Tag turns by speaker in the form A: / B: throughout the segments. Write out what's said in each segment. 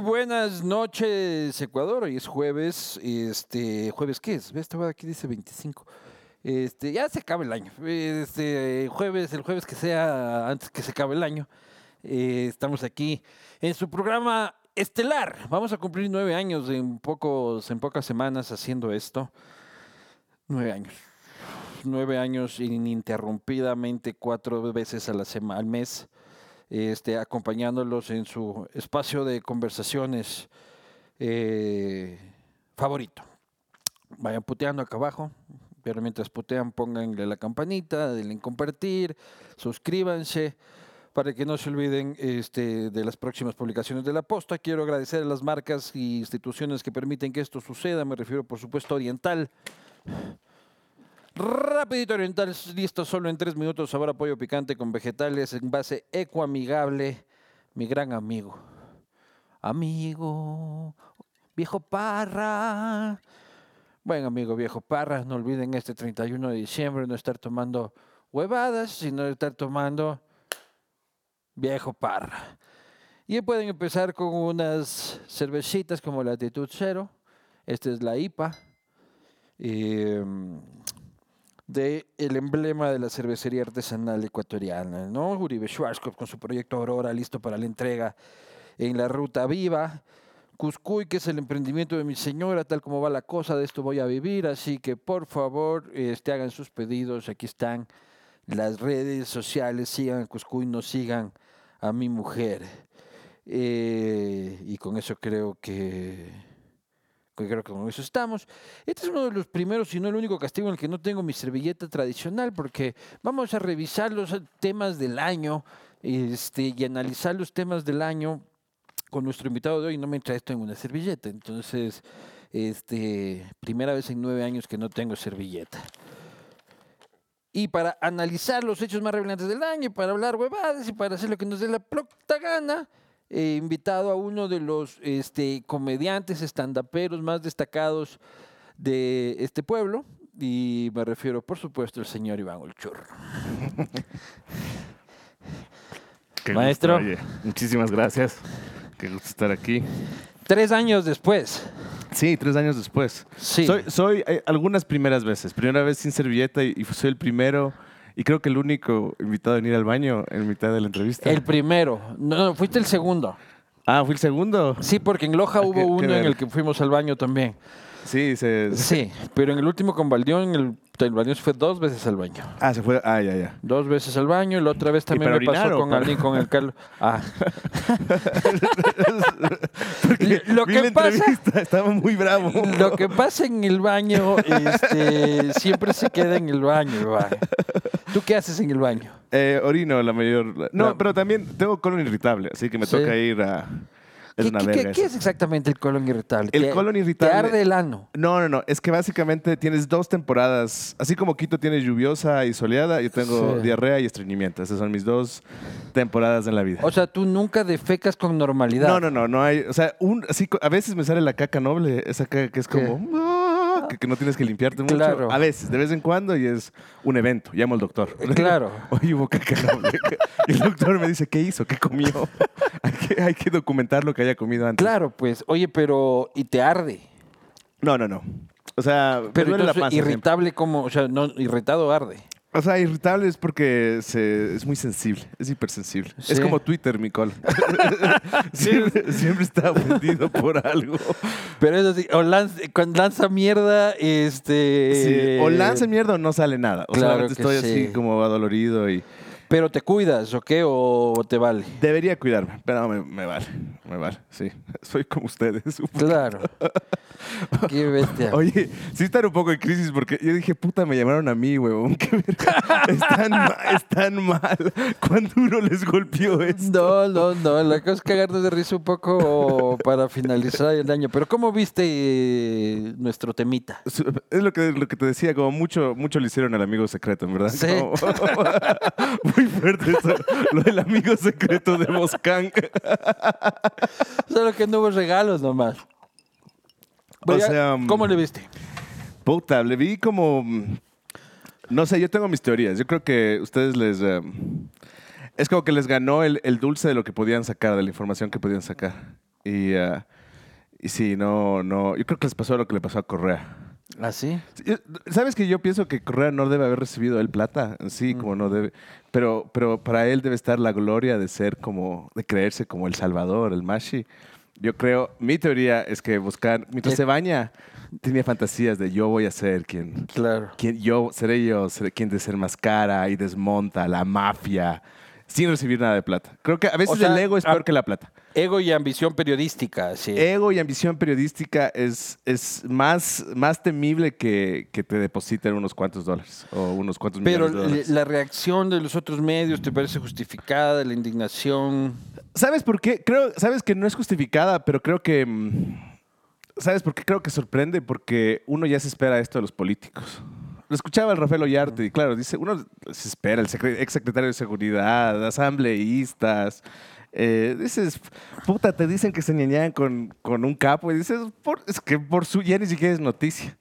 A: Buenas noches, Ecuador. Hoy es jueves. Este, ¿Jueves qué es? Ve, Estaba aquí, dice 25. Este, ya se acaba el año. Este, jueves, el jueves que sea antes que se acabe el año. Eh, estamos aquí en su programa estelar. Vamos a cumplir nueve años en, pocos, en pocas semanas haciendo esto. Nueve años. Nueve años ininterrumpidamente, cuatro veces a la sema- al mes, este, acompañándolos en su espacio de conversaciones eh, favorito. Vayan puteando acá abajo, pero mientras putean pónganle la campanita, denle en compartir, suscríbanse para que no se olviden este, de las próximas publicaciones de la posta. Quiero agradecer a las marcas y instituciones que permiten que esto suceda. Me refiero, por supuesto, a Oriental. Rapidito Oriental, listo solo en tres minutos. Sabor a pollo picante con vegetales, envase ecoamigable. Mi gran amigo. Amigo, viejo parra. Buen amigo viejo Parra, no olviden este 31 de diciembre no estar tomando huevadas, sino estar tomando viejo Parra. Y pueden empezar con unas cervecitas como la Latitud Cero. Esta es la IPA. eh, de el emblema de la cervecería artesanal ecuatoriana, ¿no? Uribe Schwarzkopf con su proyecto Aurora listo para la entrega en la Ruta Viva. Cuscuy, que es el emprendimiento de mi señora, tal como va la cosa, de esto voy a vivir, así que por favor, este, hagan sus pedidos, aquí están las redes sociales, sigan a Cuscuy, no sigan a mi mujer. Eh, y con eso creo que, que creo que con eso estamos. Este es uno de los primeros, si no el único castigo en el que no tengo mi servilleta tradicional, porque vamos a revisar los temas del año este, y analizar los temas del año con nuestro invitado de hoy no me entra esto en una servilleta. Entonces, este, primera vez en nueve años que no tengo servilleta. Y para analizar los hechos más relevantes del año, y para hablar huevadas y para hacer lo que nos dé la plocta gana, he invitado a uno de los este, comediantes estandaperos más destacados de este pueblo. Y me refiero, por supuesto, al señor Iván Olchurro.
B: Qué
C: Maestro.
B: gusto, oye, muchísimas gracias. Qué gusto estar aquí.
A: Tres años después.
B: Sí, tres años después.
A: Sí.
B: Soy, soy eh, algunas primeras veces. Primera vez sin servilleta y, y soy el primero y creo que el único invitado a venir al baño en mitad de la entrevista.
A: El primero. No, no, fuiste el segundo.
B: Ah, fui el segundo.
A: Sí, porque en Loja hubo
B: Ah, qué
A: uno en
B: ver.
A: el que fuimos al baño también.
B: Sí, se.
A: Sí, pero en el último con Baldión, el, el Baldión se fue dos veces al baño.
B: Ah, se fue. Ah, ya, ya.
A: Dos veces al baño y la otra vez también
B: para
A: me pasó
B: orinar o
A: con
B: para-
A: alguien con el Carlos. Ah,
B: Porque
A: Lo
B: vi
A: que
B: la
A: pasa-
B: entrevista, estaba muy bravo.
A: lo que pasa en el baño este, siempre se queda en el baño. va. ¿Tú qué haces en el baño?
B: Eh, orino la mayor. No,
A: La-
B: pero también tengo colon irritable, así que me
A: Sí.
B: toca ir a. Es
A: ¿Qué,
B: una
A: qué-
B: verga
A: qué-
B: eso.
A: qué es exactamente el colon irritable?
B: El
A: Te-
B: colon irritable-
A: Te arde el ano.
B: No, no, no. Es que básicamente tienes dos temporadas. Así como Quito tiene lluviosa y soleada, yo tengo
A: Sí.
B: diarrea y estreñimiento. Esas son mis dos temporadas en la vida.
A: O sea, tú nunca defecas con normalidad.
B: No, no, no, no hay. O sea, un, así, co- a veces me sale la caca noble, esa caca que es
A: ¿Qué?
B: como. "Ah", Que, que no tienes que limpiarte mucho.
A: Claro. Eh,
B: A veces, de vez en cuando, y es un evento. Llamo al doctor.
A: Claro.
B: Hoy hubo caca noble. y el doctor me dice, ¿qué hizo? ¿Qué comió? hay, que, hay que documentar lo que haya comido antes.
A: Claro, pues, oye, pero. Y te arde.
B: No, no, no. O sea, me
A: Pero
B: duele la
A: entonces,
B: panza siempre.
A: irritable como, o sea, no, irritado arde.
B: O sea, irritable es porque se- es muy sensible, es hipersensible.
A: Sí.
B: Es como Twitter, mi col. siempre, siempre está ofendido por algo.
A: Pero es así, o lanza, cuando lanza mierda, este...
B: Sí, o lanza mierda o no sale nada. O
A: claro
B: sea, ahorita
A: que
B: estoy
A: sí.
B: así como adolorido y
A: Pero te cuidas, ¿o qué? ¿O te vale?
B: debería cuidarme, pero me, me vale, me vale, sí. Soy como ustedes. un poco.
A: Claro. qué bestia.
B: Oye, sí están un poco en crisis porque yo dije, puta, me llamaron a mí, huevón. qué verga. Están, ma- están mal. ¿Cuán duro les golpeó esto?
A: No, no, no, la cosa es cagarnos de risa un poco para finalizar el año. Pero ¿cómo viste eh, nuestro temita?
B: Su- Es lo que, lo que te decía, como mucho, mucho le hicieron al amigo secreto, en verdad.
A: Sí.
B: Como- muy fuerte eso, lo del amigo secreto de Boscán.
A: Solo que no hubo regalos nomás. Pero
B: O
A: ya,
B: sea, mm,
A: ¿Cómo le viste?
B: Puta, le vi como... mm, No sé, yo tengo mis teorías. Yo creo que ustedes les... eh, es como que les ganó el, el dulce de lo que podían sacar, de la información que podían sacar. Y eh, Y sí, no, no. Yo creo que les pasó lo que le pasó a Correa.
A: ¿Así?
B: ¿Ah, Sí, yo- eh, ¿Sabes que yo pienso que Correa no debe haber recibido él plata? Sí, como no debe. Pero, pero para él debe estar la gloria de ser como, de creerse como el Salvador, el Mashi. Yo creo, mi teoría es que buscar, mientras
A: Eh.
B: se baña, tenía fantasías de yo voy a ser quien,
A: Claro.
B: quien yo seré yo, seré quien desenmascara y desmonta la mafia sin recibir nada de plata. Creo que a veces
A: sea,
B: el ego es
A: a-
B: peor que la plata.
A: Ego y ambición periodística, sí.
B: Ego y ambición periodística es, es más, más temible que, que te depositen unos cuantos dólares o unos cuantos
A: Pero
B: millones de
A: le-
B: dólares.
A: la reacción de los otros medios te parece justificada, la indignación.
B: ¿Sabes por qué? Creo, sabes que no es justificada, pero creo que. mm, ¿Sabes por qué? Creo que sorprende porque uno ya se espera esto de los políticos. Lo escuchaba el Rafael Ollarte y claro, dice, uno se espera, el secre- exsecretario de Seguridad, asambleístas. eh, dices, puta, te dicen que se ñañan con, con un capo y dices, por- es que por su, ya ni siquiera es noticia.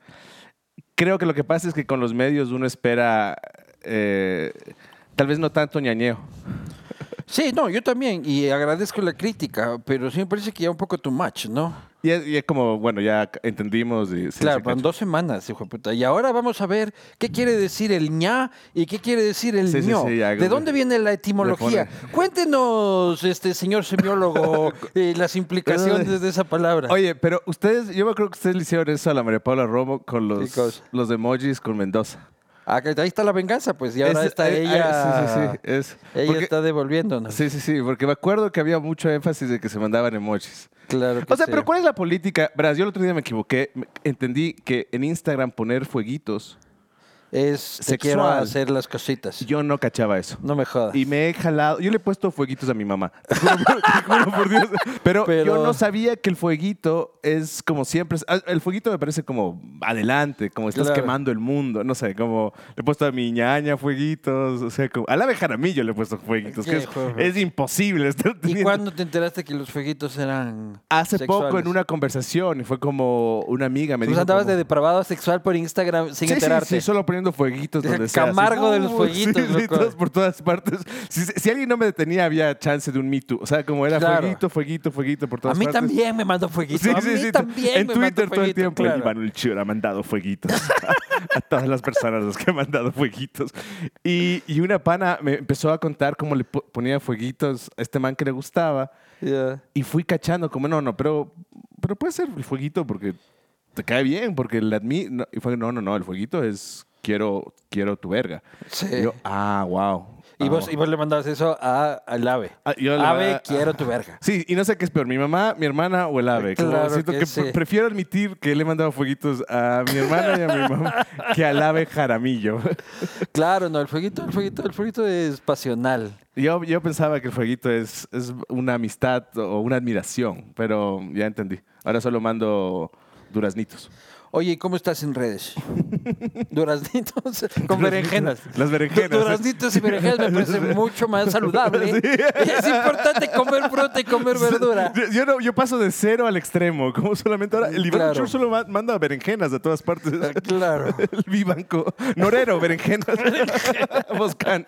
B: Creo que lo que pasa es que con los medios uno espera, eh, tal vez no tanto ñañeo.
A: Sí, no, yo también, y agradezco la crítica, pero sí me parece que ya un poco too much, ¿no?
B: Y es, y es como, bueno, ya entendimos. Y, sí,
A: claro,
B: se
A: van
B: cacha.
A: dos semanas, hijo de puta. Y ahora vamos a ver qué quiere decir el ña y qué quiere decir el
B: Sí, sí,
A: ño.
B: sí, ya,
A: ¿De
B: güey.
A: dónde viene la etimología? Cuéntenos, este señor semiólogo, eh, las implicaciones de esa palabra.
B: Oye, pero ustedes, yo me acuerdo que ustedes le hicieron eso a la María Paula Romo con los,
A: Chicos.
B: los emojis con Mendoza.
A: Acá- Ah, ahí está la venganza, pues, y ahora
B: Es-
A: está
B: eh, eh,
A: ella.
B: sí, sí, sí. es-
A: Ella
B: porque-
A: está devolviéndonos.
B: Sí, sí, sí, porque me acuerdo que había mucho énfasis de que se mandaban emojis.
A: Claro que
B: O sea,
A: sí.
B: pero ¿cuál es la política? Verás, yo el otro día me equivoqué. me- Entendí que en Instagram poner fueguitos,
A: es te
B: Sexual.
A: quiero hacer las cositas.
B: yo no cachaba eso.
A: no me jodas.
B: Y me he jalado. Yo le he puesto fueguitos a mi mamá. Te juro por- te juro por Dios. Pero,
A: Pero-
B: yo no sabía que el fueguito es como siempre. es- ah, El fueguito me parece como adelante, como estás
A: Claro.
B: quemando el mundo. No sé, como le he puesto a mi ñaña fueguitos. O sea, como, a la bejaramillo le he puesto fueguitos. que es,
A: Hijo.
B: es imposible estar
A: ¿Y
B: teniendo-
A: cuándo te enteraste que los fueguitos eran
B: Hace poco
A: sexuales?
B: en una conversación y fue como una amiga me
A: Tú
B: dijo.
A: andabas
B: como-
A: de depravado sexual por Instagram sin
B: sí, sí,
A: enterarte.
B: sí, solo poniendo fueguitos
A: Deja
B: donde sea. así,
A: Camargo de los
B: ¡uh!
A: fueguitos,
B: sí, sí,
A: loco.
B: todos por todas partes. Si, si alguien no me detenía, había chance de un mito. O sea, como era
A: Claro.
B: fueguito, fueguito, fueguito por
A: A
B: todas
A: mí
B: partes.
A: también me mandó fueguitos.
B: Sí,
A: a mí
B: sí, sí.
A: también
B: en
A: me
B: Twitter
A: mandó
B: todo el
A: fueguito,
B: tiempo
A: claro.
B: el Iván Ulchur ha mandado fueguitos a, a todas las personas a las que ha mandado fueguitos. Y, y una pana me empezó a contar cómo le po- ponía fueguitos a este man que le gustaba.
A: Ya.
B: Y fui cachando, como, no, no, pero, pero puede ser el fueguito porque te cae bien, porque le admi. no, y fue, no, no, no, el fueguito es quiero, quiero tu verga.
A: Sí.
B: Y yo, ah, wow.
A: Y, vos, y vos le mandabas eso a, al ave.
B: Ah, yo le
A: ave,
B: mandaba-
A: quiero tu verga.
B: Sí, y no sé qué es peor, mi mamá, mi hermana o el ave. Como
A: Claro
B: siento
A: que
B: que,
A: sí.
B: pre- prefiero admitir que le he mandado fueguitos a mi hermana y a mi mamá que al ave jaramillo.
A: Claro, no, el fueguito, el fueguito, el fueguito es pasional.
B: Yo, yo pensaba que el fueguito es, es una amistad o una admiración, pero ya entendí. Ahora solo mando duraznitos.
A: Oye, ¿y cómo estás en redes? Duraznitos con berenjenas.
B: Las
A: Du-
B: berenjenas.
A: Duraznitos y berenjenas me parece mucho más saludable. Es importante comer fruta y comer verdura.
B: Yo- Yo, no- yo paso de cero al extremo, como solamente ahora. El Iván
A: Claro.
B: Ochoa solo ma- manda berenjenas a todas partes.
A: Ah, Claro.
B: El Vivanco. Norero, berenjenas. Boscan.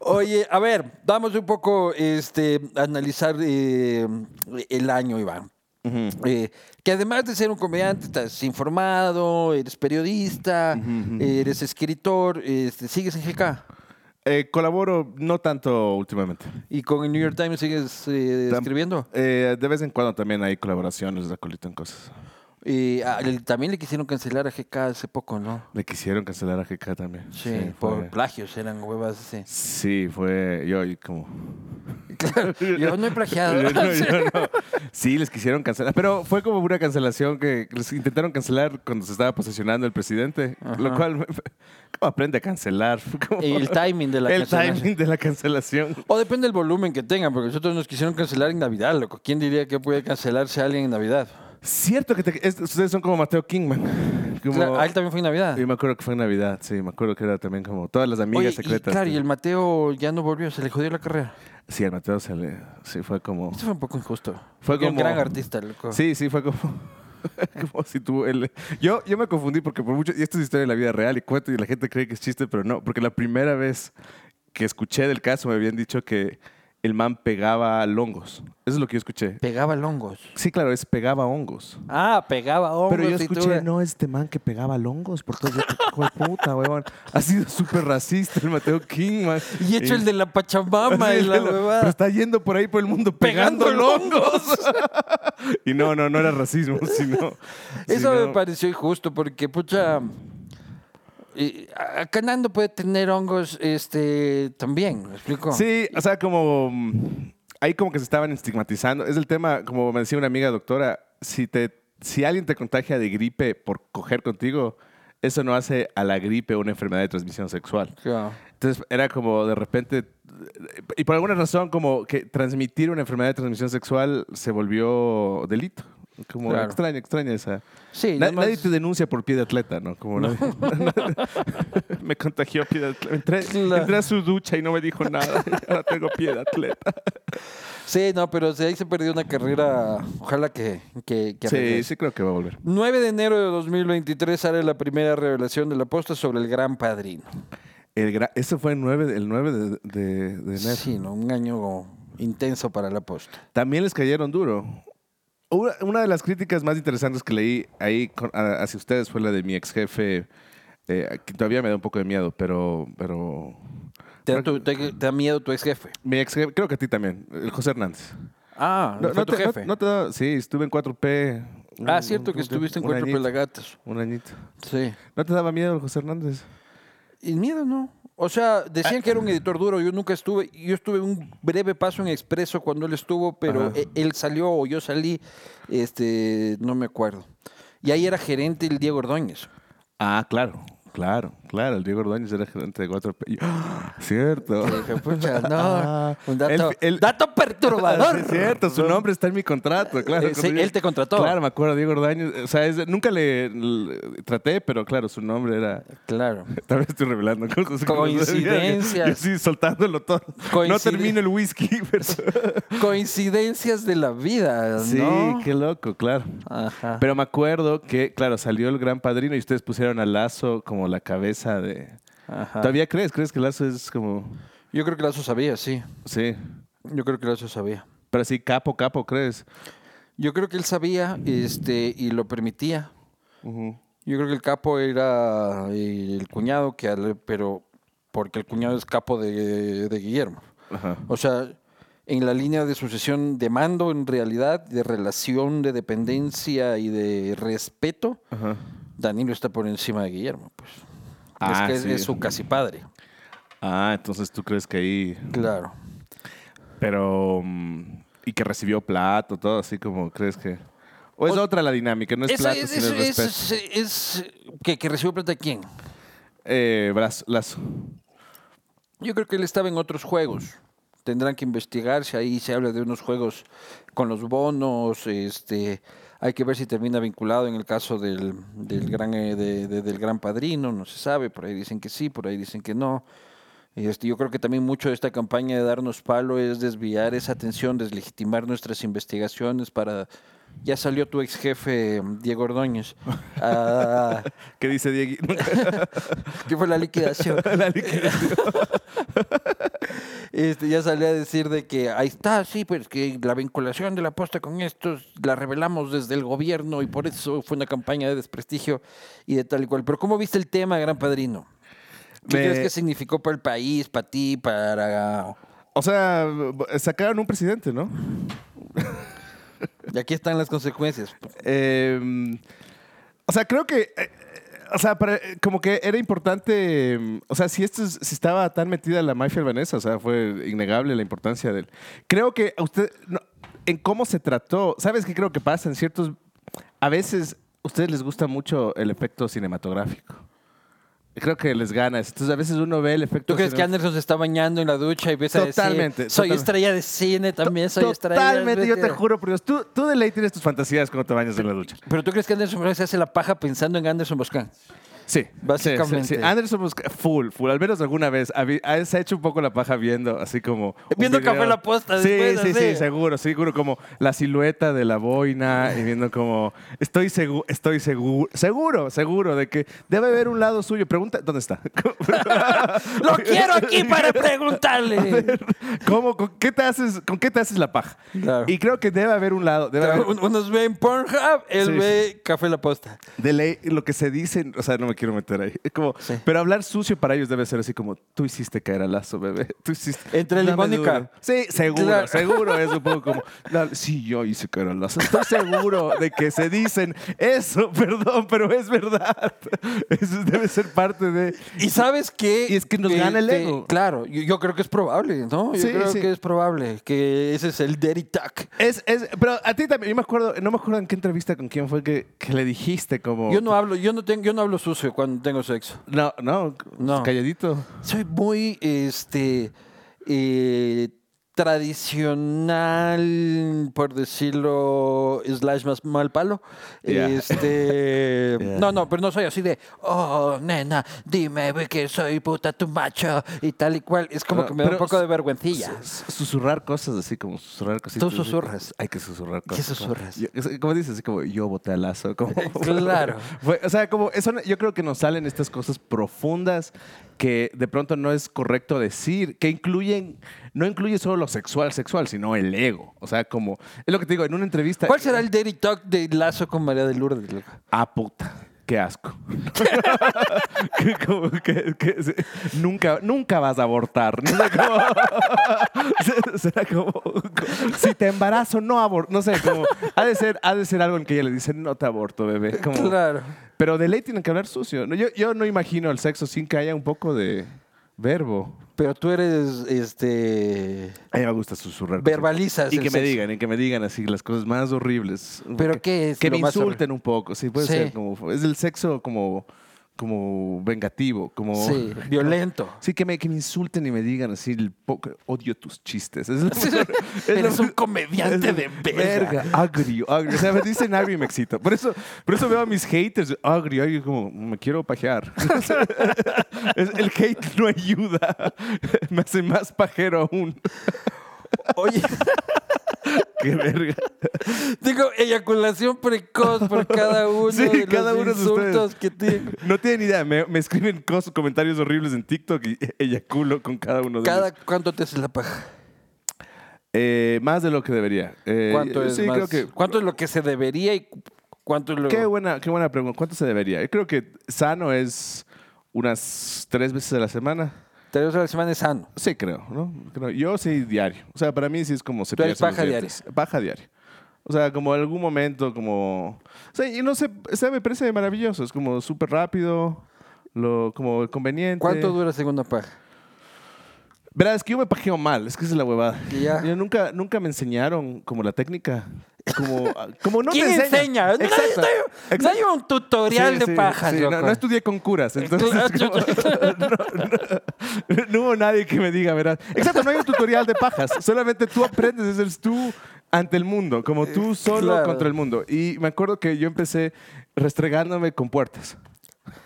A: Oye, a ver, vamos un poco este, a analizar eh, el año, Iván. Eh, que además de ser un comediante, estás informado, eres periodista, eres escritor, este, sigues en GK.
B: Eh, colaboro no tanto últimamente.
A: ¿Y con el New York Times sigues eh,
B: Tam-
A: escribiendo?
B: Eh, de vez en cuando también hay colaboraciones de Acolito en cosas.
A: Y ah, el- también le quisieron cancelar a GK hace poco, ¿no?
B: Le quisieron cancelar a GK también.
A: Sí,
B: fue-
A: por plagios, eran huevas así.
B: Sí, fue yo y como...
A: Claro, yo no he plagiado.
B: Yo no, yo no. Sí, les quisieron cancelar. Pero fue como una cancelación que les intentaron cancelar cuando se estaba posesionando el presidente. Lo cual, me- ¿cómo aprende a cancelar? Como-
A: El timing de la
B: el
A: cancelación.
B: timing de la cancelación.
A: O depende del volumen que tengan, porque nosotros nos quisieron cancelar en Navidad, loco. ¿Quién diría que puede cancelarse a alguien en Navidad?
B: Cierto que te- es- ustedes son como Mateo Kingman. Como-
A: Claro, a él también fue en Navidad.
B: yo me acuerdo que fue en Navidad, sí, me acuerdo que era también como todas las amigas
A: Oye, y
B: secretas.
A: claro,
B: sí.
A: y el Mateo ya no volvió, se le jodió la carrera.
B: Sí, el Mateo se le. Sí, fue como.
A: Esto fue un poco injusto.
B: Fue
A: Porque era
B: como-
A: un gran artista, loco.
B: Sí, sí, fue como. como si tú. el- yo, yo me confundí porque por mucho. Y esto es historia de la vida real y cuento y la gente cree que es chiste, pero no. Porque la primera vez que escuché del caso me habían dicho que el man pegaba hongos. Eso es lo que yo escuché.
A: Pegaba hongos.
B: Sí, claro, es pegaba hongos.
A: Ah, pegaba hongos.
B: Pero yo
A: y tú
B: escuché,
A: eras-
B: no, este man que pegaba hongos por todo. Hijo de puta, huevón. Ha sido súper racista el Mateo King, man.
A: Y hecho el de la Pachamama
B: Sí,
A: y la
B: pero- Pero
A: huevada.
B: está yendo por ahí por el mundo
A: Pegando
B: pegando, hongos. y no, no, no era racismo, sino.
A: Eso
B: sino-
A: me pareció injusto porque, pucha. y a- acá Nando puede tener hongos este, también, ¿me explico?
B: Sí, o sea, como. mm, Ahí como que se estaban estigmatizando. Es el tema, como me decía una amiga doctora, si, te, si alguien te contagia de gripe por coger contigo, eso no hace a la gripe una enfermedad de transmisión sexual.
A: Claro.
B: Entonces era como de repente, y por alguna razón como que transmitir una enfermedad de transmisión sexual se volvió delito. Como
A: Claro.
B: extraña, extraña esa.
A: Sí,
B: Na-
A: además-
B: Nadie te denuncia por pie de atleta, ¿no? Como nadie- me contagió pie de atleta. Entré,
A: Claro.
B: entré a su ducha y no me dijo nada. Ahora tengo pie de atleta.
A: sí, no, pero sí, ahí se perdió una carrera. Ojalá que. que, que
B: Sí,
A: regrese.
B: sí creo que va a volver.
A: 9 de enero de 2023 sale la primera revelación de la posta sobre el gran padrino.
B: El gra- Eso fue el 9, de- el 9 de, de- de enero.
A: Sí, ¿no? un año intenso para la posta.
B: También les cayeron duro. Una, una de las críticas más interesantes que leí ahí con- a- hacia ustedes fue la de mi ex jefe, eh, que todavía me da un poco de miedo, pero, pero
A: ¿Te da, tu- te- te da miedo tu ex jefe?
B: mi ex jefe, creo que a ti también, el José Hernández.
A: Ah, no, fue tu
B: te,
A: jefe.
B: no te da- sí, estuve en 4P. un-
A: ah, cierto que
B: un-
A: estuviste en
B: un
A: cuatro
B: añito,
A: pelagatos.
B: Un añito.
A: Sí.
B: ¿No te daba miedo el José Hernández?
A: Y miedo, ¿no? O sea, decían que era un editor duro. Yo nunca estuve. Yo estuve un breve paso en Expreso cuando él estuvo, pero
B: Ajá.
A: e- él salió o yo salí. Este, no me acuerdo. Y ahí era gerente el Diego Ordóñez.
B: Ah, claro. Claro, claro, el Diego Ordóñez era gerente de 4P. ¡Ah! Cierto.
A: Y dije, pucha, no.
B: Ah,
A: un dato,
B: él- él-
A: dato perturbador.
B: Sí, es cierto, su nombre está en mi contrato, claro.
A: Eh, sí,
B: Cuando yo-
A: él te contrató.
B: Claro, me acuerdo, Diego Ordóñez. O sea, es- nunca le, le- traté, pero claro, su nombre era.
A: Claro.
B: Tal vez estoy revelando cosas.
A: Coincidencias.
B: Yo sí, soltándolo todo. No
A: Coincide-
B: termino el whisky, pero.
A: Coincidencias de la vida,
B: Sí,
A: ¿no?
B: qué loco, claro.
A: Ajá.
B: Pero me acuerdo que, claro, salió el gran padrino y ustedes pusieron a Lazo como la cabeza de.
A: Ajá.
B: ¿Todavía crees? ¿Crees que Lazo es como.?
A: Yo creo que Lazo sabía, sí.
B: Sí.
A: Yo creo que Lazo sabía.
B: Pero sí, capo, capo, ¿crees?
A: Yo creo que él sabía este, y lo permitía.
B: Ujú.
A: Yo creo que el capo era eh, el cuñado, que al- pero porque el cuñado es capo de, de Guillermo.
B: Ajá.
A: O sea, en la línea de sucesión de mando, en realidad, de relación, de dependencia y de respeto,
B: Ajá.
A: Danilo está por encima de Guillermo. Pues.
B: Ah,
A: es que es-
B: sí.
A: es su casi padre.
B: Ah, entonces tú crees que ahí.
A: Claro.
B: Pero. mm, y que recibió plato, todo así como crees que. O es
A: O-
B: otra la dinámica, no es
A: Eso-
B: plato,
A: es-
B: sino
A: eso-
B: es respeto.
A: es- es- que, que recibió plata de quién.
B: Eh, brazo, lazo.
A: Yo creo que él estaba en otros juegos. Tendrán que investigarse. Ahí se habla de unos juegos con los bonos. Este, hay que ver si termina vinculado en el caso del, del gran, eh, de- de- del gran padrino. No se sabe. Por ahí dicen que sí, por ahí dicen que no. Este, yo creo que también mucho de esta campaña de darnos palo es desviar esa atención, deslegitimar nuestras investigaciones para... Ya salió tu ex jefe, Diego Ordóñez, a-
B: ¿Qué dice Diego?
A: que fue la liquidación. Este, ya salió a decir de que ahí está, sí, pues que la vinculación de la posta con estos la revelamos desde el gobierno y por eso fue una campaña de desprestigio y de tal y cual. Pero ¿cómo viste el tema, Gran Padrino? ¿Qué
B: Me-
A: crees que significó para el país, para ti, para...
B: o sea, sacaron un presidente, ¿no?
A: Y aquí están las consecuencias.
B: Eh, o sea, creo que. eh, o sea, para- eh, como que era importante. eh, o sea, si, esto es- si estaba tan metida la mafia albanesa, o sea, fue innegable la importancia de él. Creo que a usted. no, en cómo se trató. ¿Sabes qué creo que pasa? En ciertos. A veces a ustedes les gusta mucho el efecto cinematográfico. Creo que les gana. eso. Entonces, a veces uno ve el efecto.
A: ¿Tú crees que
B: cinem-
A: Anderson se está bañando en la ducha y ves a decir,
B: Totalmente,
A: soy
B: totalmente.
A: estrella de cine, también soy estrella de...
B: Totalmente, yo te juro, por Dios. Tú, tú de ley tienes tus fantasías cuando te bañas en la ducha.
A: Pero ¿tú crees que Anderson Boscan se hace la paja pensando en Anderson Boscan?
B: Sí.
A: Básicamente.
B: Sí, sí, sí. Anderson Mosca- full, full. Al menos alguna vez habi- ha- se ha hecho un poco la paja viendo, así como. un
A: Viendo
B: video.
A: Café La Posta
B: Sí,
A: después,
B: sí,
A: así.
B: sí, seguro, seguro. Como la silueta de la boina y viendo como. Estoy seguro, estoy seguro, seguro, seguro de que debe haber un lado suyo. Pregunta, ¿dónde está?
A: Lo quiero aquí para preguntarle.
B: ¿Cómo, con, qué te haces, ¿Con qué te haces la paja?
A: Claro.
B: Y creo que debe haber un lado. Debe haber,
A: Un- Unos ven Pornhub, él
B: Sí.
A: ve Café La Posta.
B: De ley, lo que se dice, o sea, no me quiero meter ahí. Es Como,
A: Sí.
B: Pero hablar sucio para ellos debe ser así como, tú hiciste caer al lazo, bebé. Tú hiciste.
A: Entre
B: Dame
A: limón y
B: duro".
A: cal.
B: Sí, seguro,
A: Claro.
B: seguro es un poco como, "Dale, sí, yo hice caer al lazo. Estoy seguro de que se dicen eso, perdón, pero es verdad. Eso debe ser parte de.
A: Y sabes que.
B: Y es que nos gana el ego.
A: Claro, yo, yo creo que es probable, ¿no? Yo
B: Sí,
A: creo
B: sí.
A: que es probable que ese es el Dirty Talk.
B: Es, es, pero a ti también, yo me acuerdo, no me acuerdo en qué entrevista con quién fue que, que le dijiste como.
A: Yo no hablo, yo no tengo, yo no hablo sucio cuando tengo sexo.
B: No, no,
A: No.
B: calladito.
A: Soy muy este eh, tradicional, por decirlo, slash más mal palo.
B: Ya.
A: Este
B: Ya.
A: no, no, pero no soy así de oh nena, dime güey, que soy puta tu macho y tal y cual. Es como
B: No,
A: que me da un
B: pero
A: poco de
B: s-
A: vergüencilla.
B: Su- su- Susurrar cosas así como susurrar cositas.
A: Tú susurras.
B: Hay que susurrar
A: ¿Qué
B: cosas.
A: susurras?
B: Como, yo- es- como dices, así como yo boté al lazo. Como,
A: Claro.
B: Fue- o sea, como eso, yo creo que nos salen estas cosas profundas que de pronto no es correcto decir, que incluyen, no incluye solo lo sexual, sexual, sino el ego. O sea, como, es lo que te digo, en una entrevista.
A: ¿Cuál será el dirty talk de Lazo con María de Lourdes? loco?
B: Ah, puta. Qué asco. Que como que- que se- nunca, nunca vas a abortar. ¿no? O sea, como- se- será como, co- si te embarazo, no aborto. No sé, como ha de ser, ha de ser algo en que ella le dice, no te aborto, bebé. Como-
A: Claro.
B: Pero de ley tienen que hablar sucio. No, Yo, yo no imagino el sexo sin que haya un poco de verbo.
A: Pero tú eres este
B: A mí me gusta susurrar. cosas.
A: verbalizas
B: Y
A: el
B: que me
A: sexo.
B: digan, y que me digan así las cosas más horribles.
A: ¿Pero
B: que,
A: qué es
B: Que
A: lo
B: me
A: más horrible?
B: insulten un poco, sí, puede
A: Sí.
B: ser como... Es el sexo como, como vengativo, como...
A: Sí, violento.
B: Sí, que me, que me insulten y me digan así, el poco- odio tus chistes. Es lo- es lo-
A: Eres un comediante
B: es-
A: de verga.
B: agrio, agrio. O sea, me dicen agrio y me excito. Por eso, por eso veo a mis haters, agrio, agrio, como, me quiero pajear. Es- el hate no ayuda, me hace más pajero aún.
A: Oye,
B: Qué verga.
A: digo, eyaculación precoz por cada uno
B: Sí,
A: de
B: cada
A: los
B: uno de
A: insultos
B: ustedes.
A: que tiene.
B: No tienen idea, me, me escriben cos- comentarios horribles en TikTok y eyaculo con cada uno de
A: Cada
B: ellos.
A: cuánto te haces la paja.
B: Eh, más de lo que debería. Eh,
A: ¿Cuánto es
B: sí,
A: más?
B: creo que.
A: ¿Cuánto es lo que se debería y cu- cuánto es lo
B: Qué buena, qué buena pregunta. ¿Cuánto se debería? Yo creo que sano es unas tres veces a la semana.
A: Tres veces a la semana es sano.
B: Sí, creo, ¿no? Creo- Yo sí diario. O sea, para mí sí es como se
A: eres paja
B: Baja diario. O sea, como algún momento, como. O sea, y no sé, o sea, me parece maravilloso. Es como súper rápido, lo, como conveniente.
A: ¿Cuánto dura segunda paja?
B: Verás, es que yo me pajeo mal, es que esa es la huevada.
A: Ya.
B: Yo nunca, nunca me enseñaron como la técnica. Como, ah, como no
A: ¿Quién
B: me
A: enseña?
B: enseñan.
A: No hay- No hay, no hay un tutorial de pajas,
B: no,
A: loco. ah,
B: no estudié con curas, entonces
A: Claro,
B: como- no, no- no hubo nadie que me diga, verás. Exacto, no hay un tutorial de pajas, solamente tú aprendes, ese es tú ante el mundo, como tú solo
A: Eh, Claro.
B: contra el mundo. Y me acuerdo que yo empecé restregándome con puertas.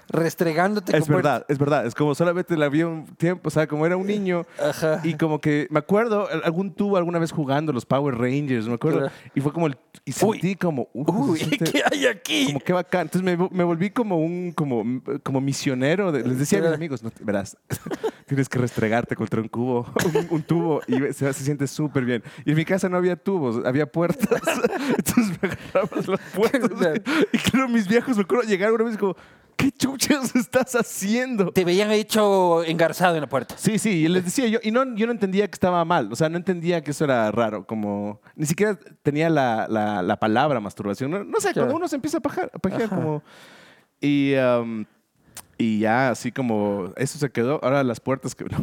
A: Restregándote
B: Es
A: con
B: verdad, es verdad. Es como solamente la vi un tiempo, o sea, como era un niño.
A: Ajá.
B: Y como que me acuerdo, algún tuvo alguna vez jugando los Power Rangers, me acuerdo.
A: Claro.
B: Y fue como, el- y
A: Uy.
B: sentí como,
A: Uy,
B: se siente-
A: ¿qué hay aquí?
B: como qué bacán. Entonces me, vo- me volví como un como, como misionero. de- les decía a mis amigos, no, te- verás, tienes que restregarte contra un cubo, un, un tubo, y ve- se, se siente súper bien. Y en mi casa no había tubos, había puertas. Entonces me agarrabas las puertas. y claro, mis viejos, me acuerdo, llegaron una vez como, ¿qué chuchas estás haciendo?
A: Te veían hecho engarzado en la puerta.
B: Sí, sí, y les decía yo, y no, yo no entendía que estaba mal, o sea, no entendía que eso era raro, como, ni siquiera tenía la, la- la palabra masturbación, no, no sé,
A: Claro.
B: cuando uno se empieza a pajar, a pajear,
A: Ajá.
B: como, y, um, Y ya así como eso se quedó, ahora las puertas que... no,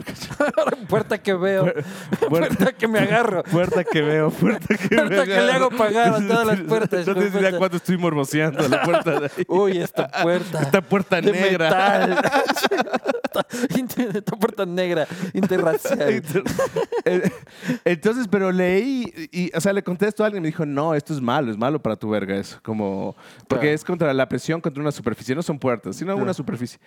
A: Puerta que veo, puerta que me agarro.
B: puerta que veo, puerta que me
A: Puerta que le
B: agarro.
A: hago pagar a todas las puertas,
B: No tienes
A: hijo de
B: idea
A: puta.
B: cuánto estoy morboseando la puerta de ahí.
A: Uy, esta puerta.
B: Esta puerta
A: de
B: negra.
A: metal. Esta- inter- esta puerta negra, interracial.
B: Ent- eh, Entonces, pero leí y, y, o sea, le contesto a alguien y me dijo, no, esto es malo, es malo para tu verga eso. Como, porque
A: Claro.
B: es contra la presión, contra una superficie, no son puertas, sino una superficie.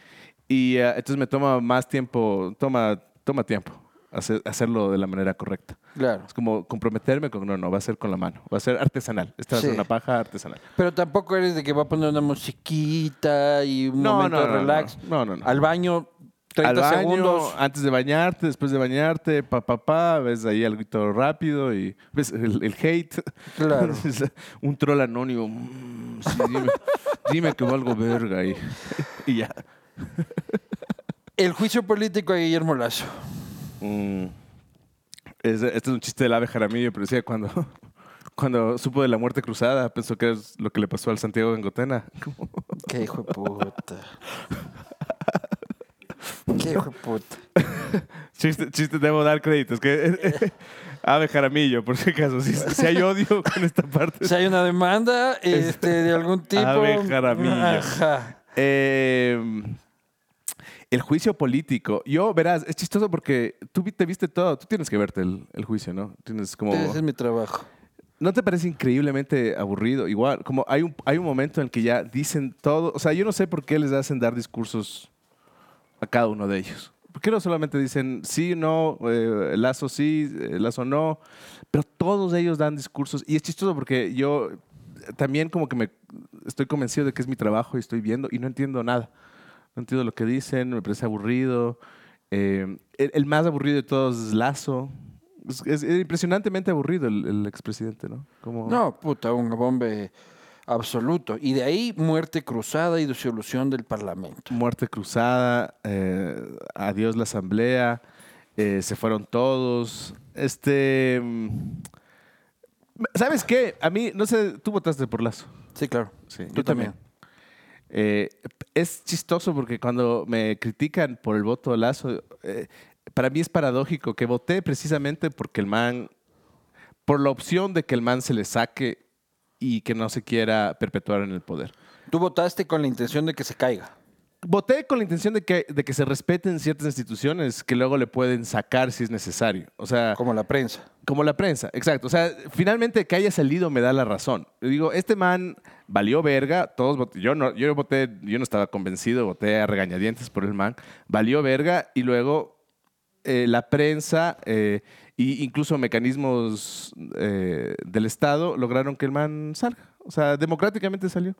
B: Y eh, entonces me toma más tiempo, toma, toma tiempo hacer- hacerlo de la manera correcta.
A: Claro.
B: Es como comprometerme con, no, no, va a ser con la mano, va a ser artesanal. Esta va a ser
A: Sí.
B: una paja artesanal.
A: Pero tampoco eres de que va a poner una musiquita y un
B: No,
A: momento
B: no,
A: de
B: no, no.
A: relax.
B: No, no, no.
A: Al baño, 30
B: Al baño,
A: segundos.
B: antes de bañarte, después de bañarte, pa, pa, pa, ves ahí algo rápido y ves el, el hate.
A: Claro.
B: Un troll anónimo. Mm, sí, dime, dime que valgo verga ahí. Y ya.
A: El juicio político a Guillermo Lazo.
B: Mm. Es- este es un chiste del ave Jaramillo, pero decía cuando, cuando supo de la muerte cruzada, pensó que es lo que le pasó al Santiago Gangotena. Como-
A: Qué hijo de puta. Qué hijo de puta.
B: Chiste, chiste, debo dar créditos. Que, ave Jaramillo, por si acaso. Si, si hay odio con esta parte.
A: Si hay una demanda este, de algún tipo.
B: Ave Jaramillo.
A: Ajá.
B: Eh, el juicio político. Yo, verás, es chistoso porque tú vi- te viste todo. Tú tienes que verte el, el juicio, ¿no? Tienes como...
A: Ese es mi trabajo.
B: ¿No te parece increíblemente aburrido? Igual, como hay un, hay un momento en el que ya dicen todo. O sea, yo no sé por qué les hacen dar discursos a cada uno de ellos. ¿Por qué no solamente dicen sí, no, eh, lazo sí, eh, lazo no? Pero todos ellos dan discursos. Y es chistoso porque yo eh, también como que me estoy convencido de que es mi trabajo y estoy viendo y no entiendo nada. No entiendo lo que dicen, me parece aburrido. Eh, el, el más aburrido de todos es Lazo. Es, es- es impresionantemente aburrido el, el expresidente, ¿no? Como,
A: No, puta, un bombe absoluto. Y de ahí muerte cruzada y disolución del Parlamento.
B: Muerte cruzada, eh, adiós la asamblea, eh, se fueron todos. Este. mm, ¿Sabes qué? A mí, no sé, tú votaste por Lazo.
A: Sí, claro.
B: Sí,
A: Tú
B: yo
A: también.
B: Eh, es chistoso porque cuando me critican por el voto de Lazo, eh, para mí es paradójico que voté precisamente porque el man, por la opción de que el man se le saque y que no se quiera perpetuar en el poder.
A: Tú votaste con la intención de que se caiga.
B: Voté con la intención de que, de que se respeten ciertas instituciones que luego le pueden sacar si es necesario. O sea,
A: Como la prensa.
B: como la prensa, exacto. O sea, finalmente que haya salido me da la razón. Yo digo, este man valió verga, todos vot- yo no, yo voté, yo no estaba convencido, voté a regañadientes por el man, valió verga y luego eh, la prensa eh, e incluso mecanismos eh, del Estado lograron que el man salga. O sea, democráticamente salió.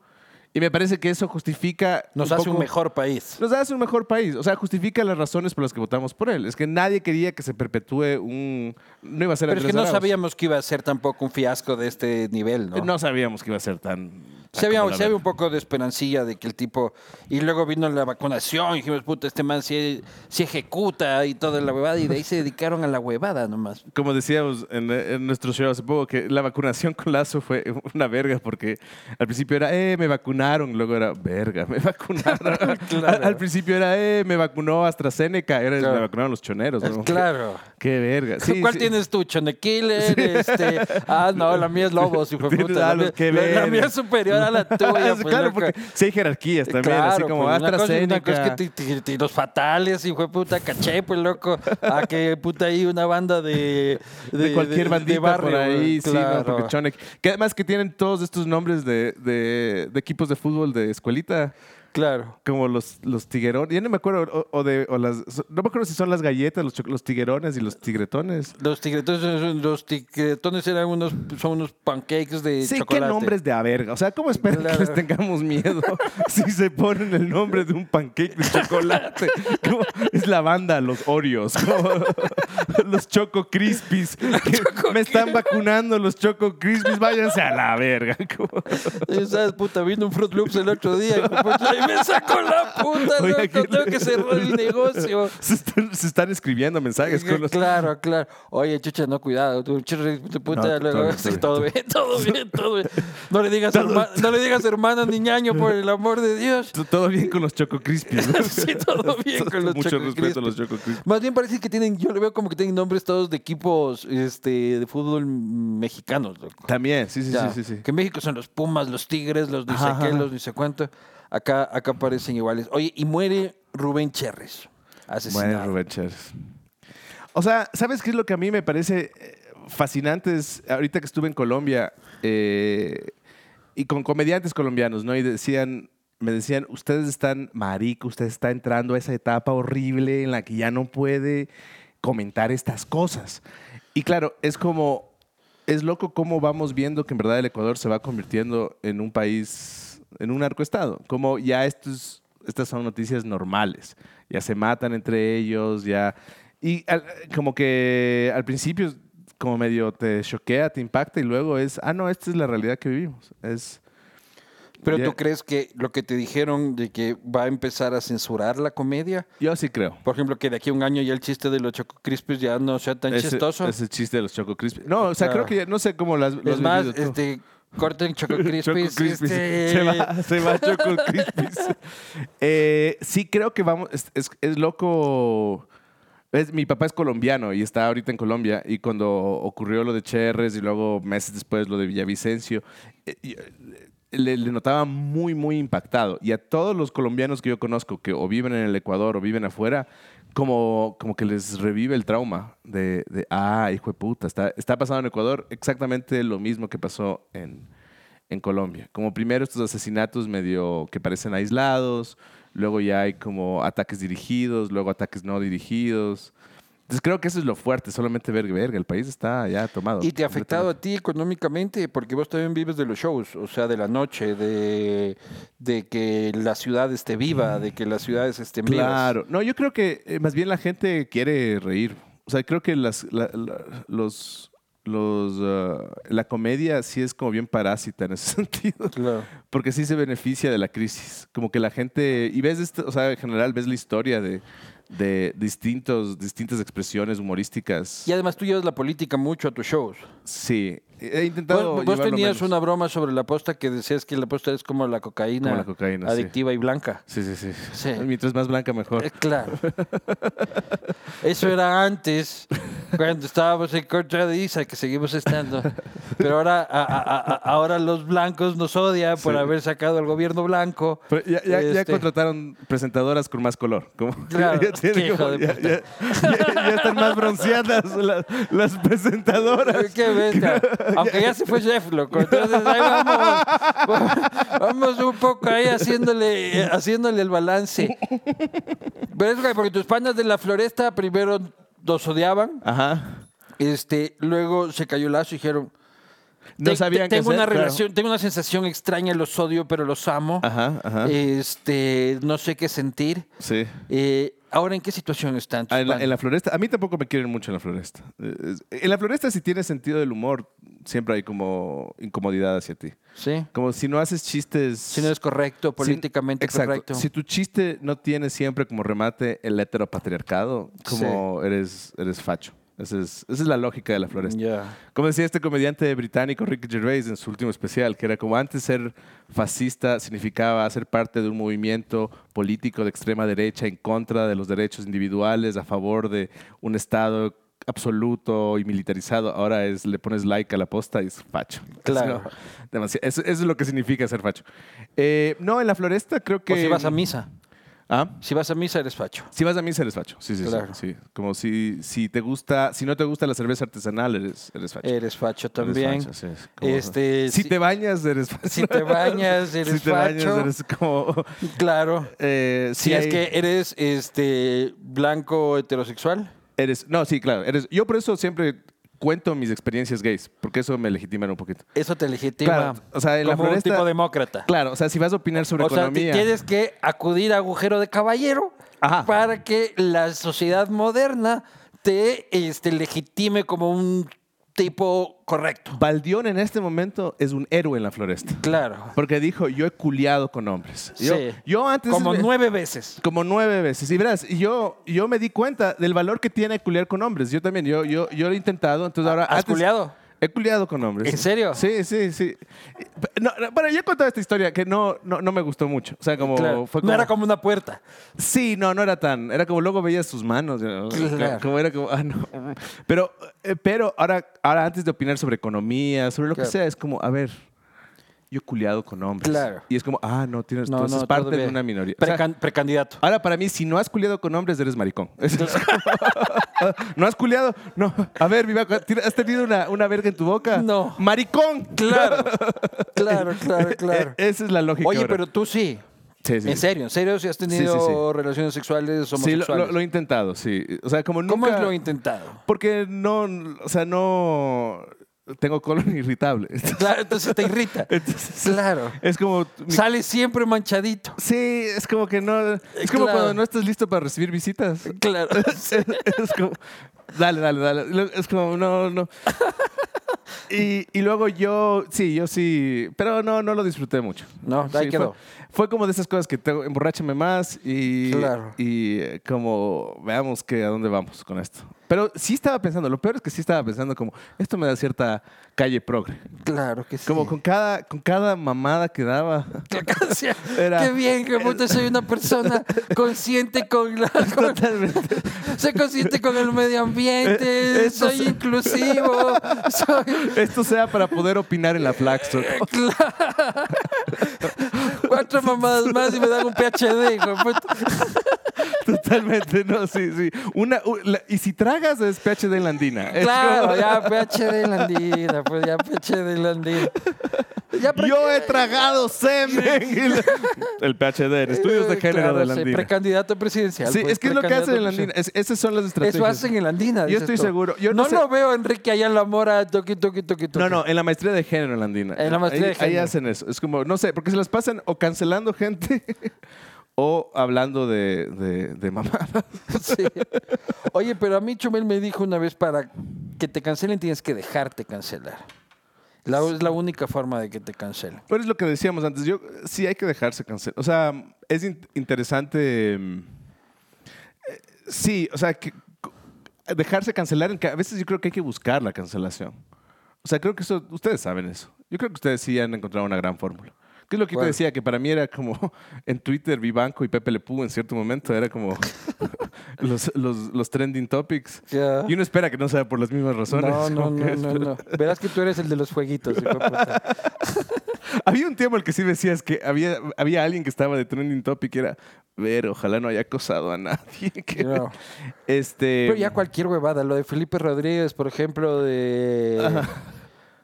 B: Y me parece que eso justifica...
A: Nos hace un
B: poco-
A: mejor país.
B: nos hace un mejor país. O sea, justifica las razones por las que votamos por él. Es que nadie quería que se perpetúe un. No iba a ser
A: Pero es que
B: Andrés
A: no
B: Arauz.
A: sabíamos que iba a ser tampoco un fiasco de este nivel, ¿no? ah,
B: Eh, No sabíamos que iba a ser tan. tan
A: Se había,
B: como la
A: sí había
B: verga.
A: un poco de esperancilla de que el tipo. Y luego vino la vacunación y dijimos, puta, este man se, ejecuta y toda la huevada. Y de ahí se dedicaron a la huevada nomás.
B: Como decíamos en, en nuestro show hace poco, que la vacunación con Lazo fue una verga, porque al principio era, eh, me vacunaron, luego era, verga, me vacunaron. al, al principio era, eh, me vacunó AstraZeneca, era,
A: Claro.
B: me vacunaron los choneros. ¿no?
A: Claro.
B: Qué, qué verga. Sí,
A: ¿Cuál
B: sí.
A: tienes tú? ¿Chonequiller? Este, ah, no, la mía es Lobos, hijo de
B: Tienes
A: puta. La
B: a los
A: mía,
B: que
A: la- la
B: ven.
A: mía es superior a la tuya.
B: Ah, es
A: pues,
B: claro,
A: loco.
B: porque sí hay jerarquías también, así
A: Claro,
B: como
A: pues, una cosa-
B: AstraZeneca.
A: una cosa es que ti- ti- ti- los fatales, hijo de puta, caché, pues loco. A que puta ahí una banda de.
B: de, cualquier bandita por
A: barrio,
B: ahí, sí,
A: claro.
B: no, porque Chonek. Que además que tienen todos estos nombres de, de- de equipos de fútbol de escuelita,
A: Claro.
B: como los, los tiguerones, ya no me acuerdo, o, o de, o las, no me acuerdo si son las galletas, los, cho- los tiguerones y los tigretones.
A: Los tigretones, los tigretones eran unos, son unos pancakes de
B: Sí, qué
A: chocolate.
B: nombres de a verga. O sea, ¿cómo esperan
A: Claro.
B: que les tengamos miedo si se ponen el nombre de un pancake de chocolate? ¿Cómo? Es la banda, los Oreos, ¿cómo? los Choco Crispies. que me están vacunando los Choco Crispies, váyanse a la verga. ¿cómo?
A: Y, ¿Sabes, puta? Vino un Fruit Loops el otro día. hijo de puta, y me sacó la puta,
B: Oye,
A: loco,
B: aquí-
A: tengo que cerrar el negocio.
B: Se están, se están escribiendo mensajes con los...
A: Claro, claro. Oye, chucha, no, cuidado. Tú, chucha, tu puta,
B: No,
A: luego,
B: todo bien,
A: sí,
B: todo
A: todo bien, todo bien, todo bien. No le digas, herma- no le digas hermano ni ñaño, por el amor de Dios.
B: T- Todo bien con los Choco Crispies. ¿no?
A: Sí, todo bien con los
B: Mucho
A: Choco
B: respeto a los
A: Crispies.
B: Choco Crispies.
A: Más bien parece que tienen, yo le veo como que tienen nombres todos de equipos este, de fútbol mexicanos, loco.
B: También, sí, sí,
A: Ya,
B: sí, sí, sí.
A: Que en México son los Pumas, los Tigres, los ni sé
B: Ajá,
A: qué,
B: ajá.
A: los ni sé cuánto. Acá, acá parecen iguales. Oye, y muere Rubén Cherres, asesinado.
B: Bueno, Rubén Charles. O sea, ¿sabes qué es lo que a mí me parece eh, fascinante? Es, ahorita que estuve en Colombia eh, y con comediantes colombianos, ¿no? Y decían, me decían, ustedes están marico, usted está entrando a esa etapa horrible en la que ya no puede comentar estas cosas. Y claro, es como, es loco cómo vamos viendo que en verdad el Ecuador se va convirtiendo en un país, en un narcoestado. Como ya estos, estas son noticias normales. Ya se matan entre ellos, ya. Y al- como que al principio, como medio te choquea, te impacta, y luego es, ah, no, esta es la realidad que vivimos. Es.
A: Pero
B: Ya-
A: tú crees que lo que te dijeron de que va a empezar a censurar la comedia,
B: Yo sí creo.
A: por ejemplo, que de aquí a un año ya el chiste de los Choco Crispies ya no sea tan
B: Ese-
A: chistoso.
B: Ese chiste de los Choco Crispy. No, o sea,
A: Claro.
B: creo que ya- no sé cómo las. lo has
A: es más,
B: vivido tú.
A: este, corten Choco Crispies.
B: Choco Crispies.
A: este,
B: Se va, se va Choco Crispies. Eh, sí, creo que vamos. Es, es- es loco. Es- mi papá es colombiano y está ahorita en Colombia. Y cuando ocurrió lo de Cherres y luego meses después lo de Villavicencio, eh, y- le, le notaba muy, muy impactado. Y a todos los colombianos que yo conozco que o viven en el Ecuador o viven afuera, como, como que les revive el trauma de, de, ah, hijo de puta, está, está pasando en Ecuador exactamente lo mismo que pasó en, en Colombia. Como primero estos asesinatos medio que parecen aislados, luego ya hay como ataques dirigidos, luego ataques no dirigidos. Entonces creo que eso es lo fuerte, solamente ver, verga, el país está ya tomado.
A: Y te ha afectado
B: completamente.
A: a ti económicamente, porque vos también vives de los shows, o sea, de la noche, de, de que la ciudad esté viva, de que las ciudades estén vivas.
B: Claro. No, yo creo que eh, más bien la gente quiere reír. O sea, creo que las, la, la- los, los, ah, la comedia sí es como bien parásita en ese sentido.
A: Claro.
B: Porque sí se beneficia de la crisis. Como que la gente. Y ves, esto, o sea, en general ves la historia de, de distintos, distintas expresiones humorísticas.
A: Y además tú llevas la política mucho a tus shows.
B: Sí. He intentado.
A: Vos, vos
B: llevarlo
A: tenías
B: menos.
A: una broma sobre la posta que decías que la posta es como la cocaína,
B: Como la cocaína, sí.
A: adictiva y blanca.
B: Sí, sí, sí,
A: Sí.
B: Mientras más blanca, mejor.
A: Eh, Claro. Eso era antes, cuando estábamos en contra de Isa, que seguimos estando. Pero ahora, a- a- a- a- ahora los blancos nos odian por
B: Sí.
A: haber sacado al gobierno blanco.
B: Pero ya, ya- ya
A: Este,
B: contrataron presentadoras con más color. Como,
A: Claro,
B: ya, tienen
A: qué hijo
B: como-
A: de
B: ya-
A: puta.
B: ya- ya- ya están más bronceadas las, las presentadoras.
A: Qué bestia. Aunque ya se fue Jeff, loco. Entonces ahí vamos. Vamos un poco ahí haciéndole, eh, haciéndole el balance. Pero es que porque tus panas de la floresta primero nos odiaban,
B: Ajá.
A: este, luego se cayó el lazo y dijeron.
B: No
A: "Te-
B: sabían
A: te-
B: qué
A: tengo una
B: hacer, claro.
A: relación, tengo una sensación extraña, los odio, pero los amo.
B: Ajá, ajá.
A: Eh, Este, no sé qué sentir.
B: Sí.
A: Eh, ahora, ¿en qué situación están? tus
B: Ah, en, la,
A: panas?
B: en la floresta, a mí tampoco me quieren mucho en la floresta. Eh, es- En la floresta, si tienes sentido del humor, siempre hay como incomodidad hacia ti.
A: Sí.
B: Como si no haces chistes.
A: Si no es correcto,
B: si-
A: políticamente
B: exacto.
A: correcto.
B: Si tu chiste no tiene siempre como remate el heteropatriarcado, como eres, eres facho. Esa es, esa es la lógica de la floresta.
A: Ya.
B: Como decía este comediante británico Ricky Gervais en su último especial, que era como antes ser fascista significaba ser parte de un movimiento político de extrema derecha en contra de los derechos individuales, a favor de un Estado absoluto y militarizado. Ahora es le pones like a la posta y es facho.
A: Claro.
B: Es como demasi- Eso, eso es lo que significa ser facho. Eh, no, en la floresta creo que...
A: O si vas a misa.
B: ¿Ah?
A: Si vas a misa eres facho.
B: Si vas a misa eres facho. Sí, sí, sí,
A: Claro.
B: sí. Como si, si te gusta, si no te gusta la cerveza artesanal, eres, eres facho.
A: Eres facho
B: Eres
A: también.
B: facho, sí, es como-
A: Este,
B: si,
A: si-
B: te bañas, eres facho.
A: si te bañas, eres
B: si te
A: facho.
B: bañas, eres como.
A: Claro.
B: eh,
A: Si
B: sí
A: es
B: hay-
A: que eres este blanco heterosexual.
B: Eres, no, sí, claro. Eres, yo por eso siempre cuento mis experiencias gays, porque eso me legitima un poquito.
A: Eso te legitima
B: Claro, o sea, en la
A: como
B: floresta-
A: un tipo demócrata.
B: Claro, o sea, si vas a opinar sobre
A: o sea, ti-
B: economía.
A: tienes que acudir a agujero de caballero
B: Ajá.
A: para que la sociedad moderna te este, legitime como un tipo correcto.
B: Baldión en este momento es un héroe en la floresta.
A: Claro.
B: Porque dijo, yo he culiado con hombres. Yo,
A: Sí.
B: yo antes...
A: Como
B: me-
A: nueve veces.
B: Como nueve veces. Y verás, yo, yo me di cuenta del valor que tiene culiar con hombres. Yo también, yo, yo, yo lo he intentado. Entonces ahora...
A: ¿Has
B: antes-
A: culiado?
B: He culiado con hombres.
A: ¿En serio?
B: Sí, sí, sí. No, no, bueno, yo he contado esta historia que no, no, no me gustó mucho. O sea, como
A: Claro.
B: fue como...
A: No era como una puerta.
B: Sí, no, no era tan. Era como luego veías sus manos. ¿no?
A: Claro.
B: Como era como, ah, no. Pero, eh, pero ahora, ahora antes de opinar sobre economía, sobre lo
A: Claro.
B: que sea, es como, a ver, yo he culiado con hombres.
A: Claro.
B: Y es como, ah, no, tienes,
A: No,
B: tú haces
A: no,
B: parte
A: todavía.
B: de una minoría. O sea,
A: Precan- precandidato.
B: ahora para mí, si no has culiado con hombres, eres maricón. Es como, ¿No has culiado? No. A ver, viva, ¿has tenido una, una verga en tu boca?
A: No.
B: ¡Maricón!
A: Claro. Claro, claro, claro.
B: E- Esa es la lógica.
A: Oye,
B: ahora.
A: pero tú sí.
B: Sí, sí.
A: En serio, en serio, si has tenido
B: sí, sí.
A: relaciones sexuales
B: Sí, lo,
A: homosexuales.
B: lo- lo he intentado, sí. O sea, como nunca.
A: ¿Cómo es lo intentado?
B: Porque no, o sea, no tengo colon irritable.
A: Claro, entonces te irrita. claro.
B: Es como... mi-
A: Sale siempre manchadito.
B: sí, es como que no... Es como
A: Claro.
B: cuando no estás listo para recibir visitas.
A: Claro.
B: Es, es como... Dale, dale, dale. Lo- Es como, no, no. Y, y luego yo, sí, yo sí, pero no, no lo disfruté mucho.
A: No, ahí
B: Sí,
A: quedó.
B: Fue, fue como de esas cosas que te emborráchame más y,
A: Claro.
B: y eh, como veamos que a dónde vamos con esto. Pero sí estaba pensando, lo peor es que sí estaba pensando como, esto me da cierta calle progre.
A: Claro que sí.
B: Como con cada, con cada mamada que daba. Era-
A: Qué bien, que puta soy una persona consciente con la. con-
B: Totalmente.
A: soy consciente con el medio ambiente,
B: Eh, esto
A: soy
B: se-
A: inclusivo, soy.
B: Esto sea para poder opinar en la Flaxton.
A: Claro. Cuatro mamadas más y me dan un PhD, hijo de puta.
B: Totalmente, no, sí, sí. Una, u- la- y si tragas es PhD en la andina. Es
A: Claro,
B: como-
A: ya PhD en la andina, pues ya PhD en la andina. Ya pre-
B: Yo he tragado semen. Y la- El PhD en estudios de
A: eh,
B: género
A: claro,
B: de la
A: sí,
B: andina.
A: Precandidato presidencial.
B: Sí,
A: pues,
B: es que es lo que hacen en la
A: precandidato
B: andina. Es- esas son las
A: presidencial.
B: estrategias.
A: Eso hacen en la andina.
B: Yo
A: pues, dices
B: estoy
A: tú.
B: seguro. Yo
A: no
B: no sé-
A: lo veo, a Enrique, allá en la mora, toqui, toqui, toqui, toqui.
B: No, no, en la maestría de género en la andina.
A: En la maestría
B: ahí,
A: de género.
B: Ahí hacen eso. Es como, no sé, porque se las pasan o cancelando gente o hablando de, de, de mamadas.
A: Sí. Oye, pero a mí Chumel me dijo una vez, para que te cancelen tienes que dejarte cancelar. La- es la única forma de que te cancelen.
B: Pero es lo que decíamos antes. Yo sí hay que dejarse cancelar. O sea, es in- interesante. mm, eh, Sí, o sea, que, c- dejarse cancelar. en que A veces yo creo que hay que buscar la cancelación. O sea, creo que eso. Ustedes saben eso. Yo creo que ustedes sí han encontrado una gran fórmula. ¿Qué es lo que
A: ¿Cuál?
B: te decía? Que para mí era como en Twitter, Vivanco y Pepe Lepú en cierto momento era como los, los- los trending topics.
A: Ya.
B: Y uno espera que no sea por las mismas razones.
A: Ah. No, no,
B: Como
A: no,
B: que
A: no,
B: espera-
A: no. Verás que tú eres el de los jueguitos. hijo de puta.
B: Había un tiempo en el que sí decías que había, había alguien que estaba de trending topic y era, ver, ojalá no haya acosado a nadie. que-
A: No.
B: Este,
A: Pero ya cualquier huevada, lo de Felipe Rodríguez, por ejemplo, de...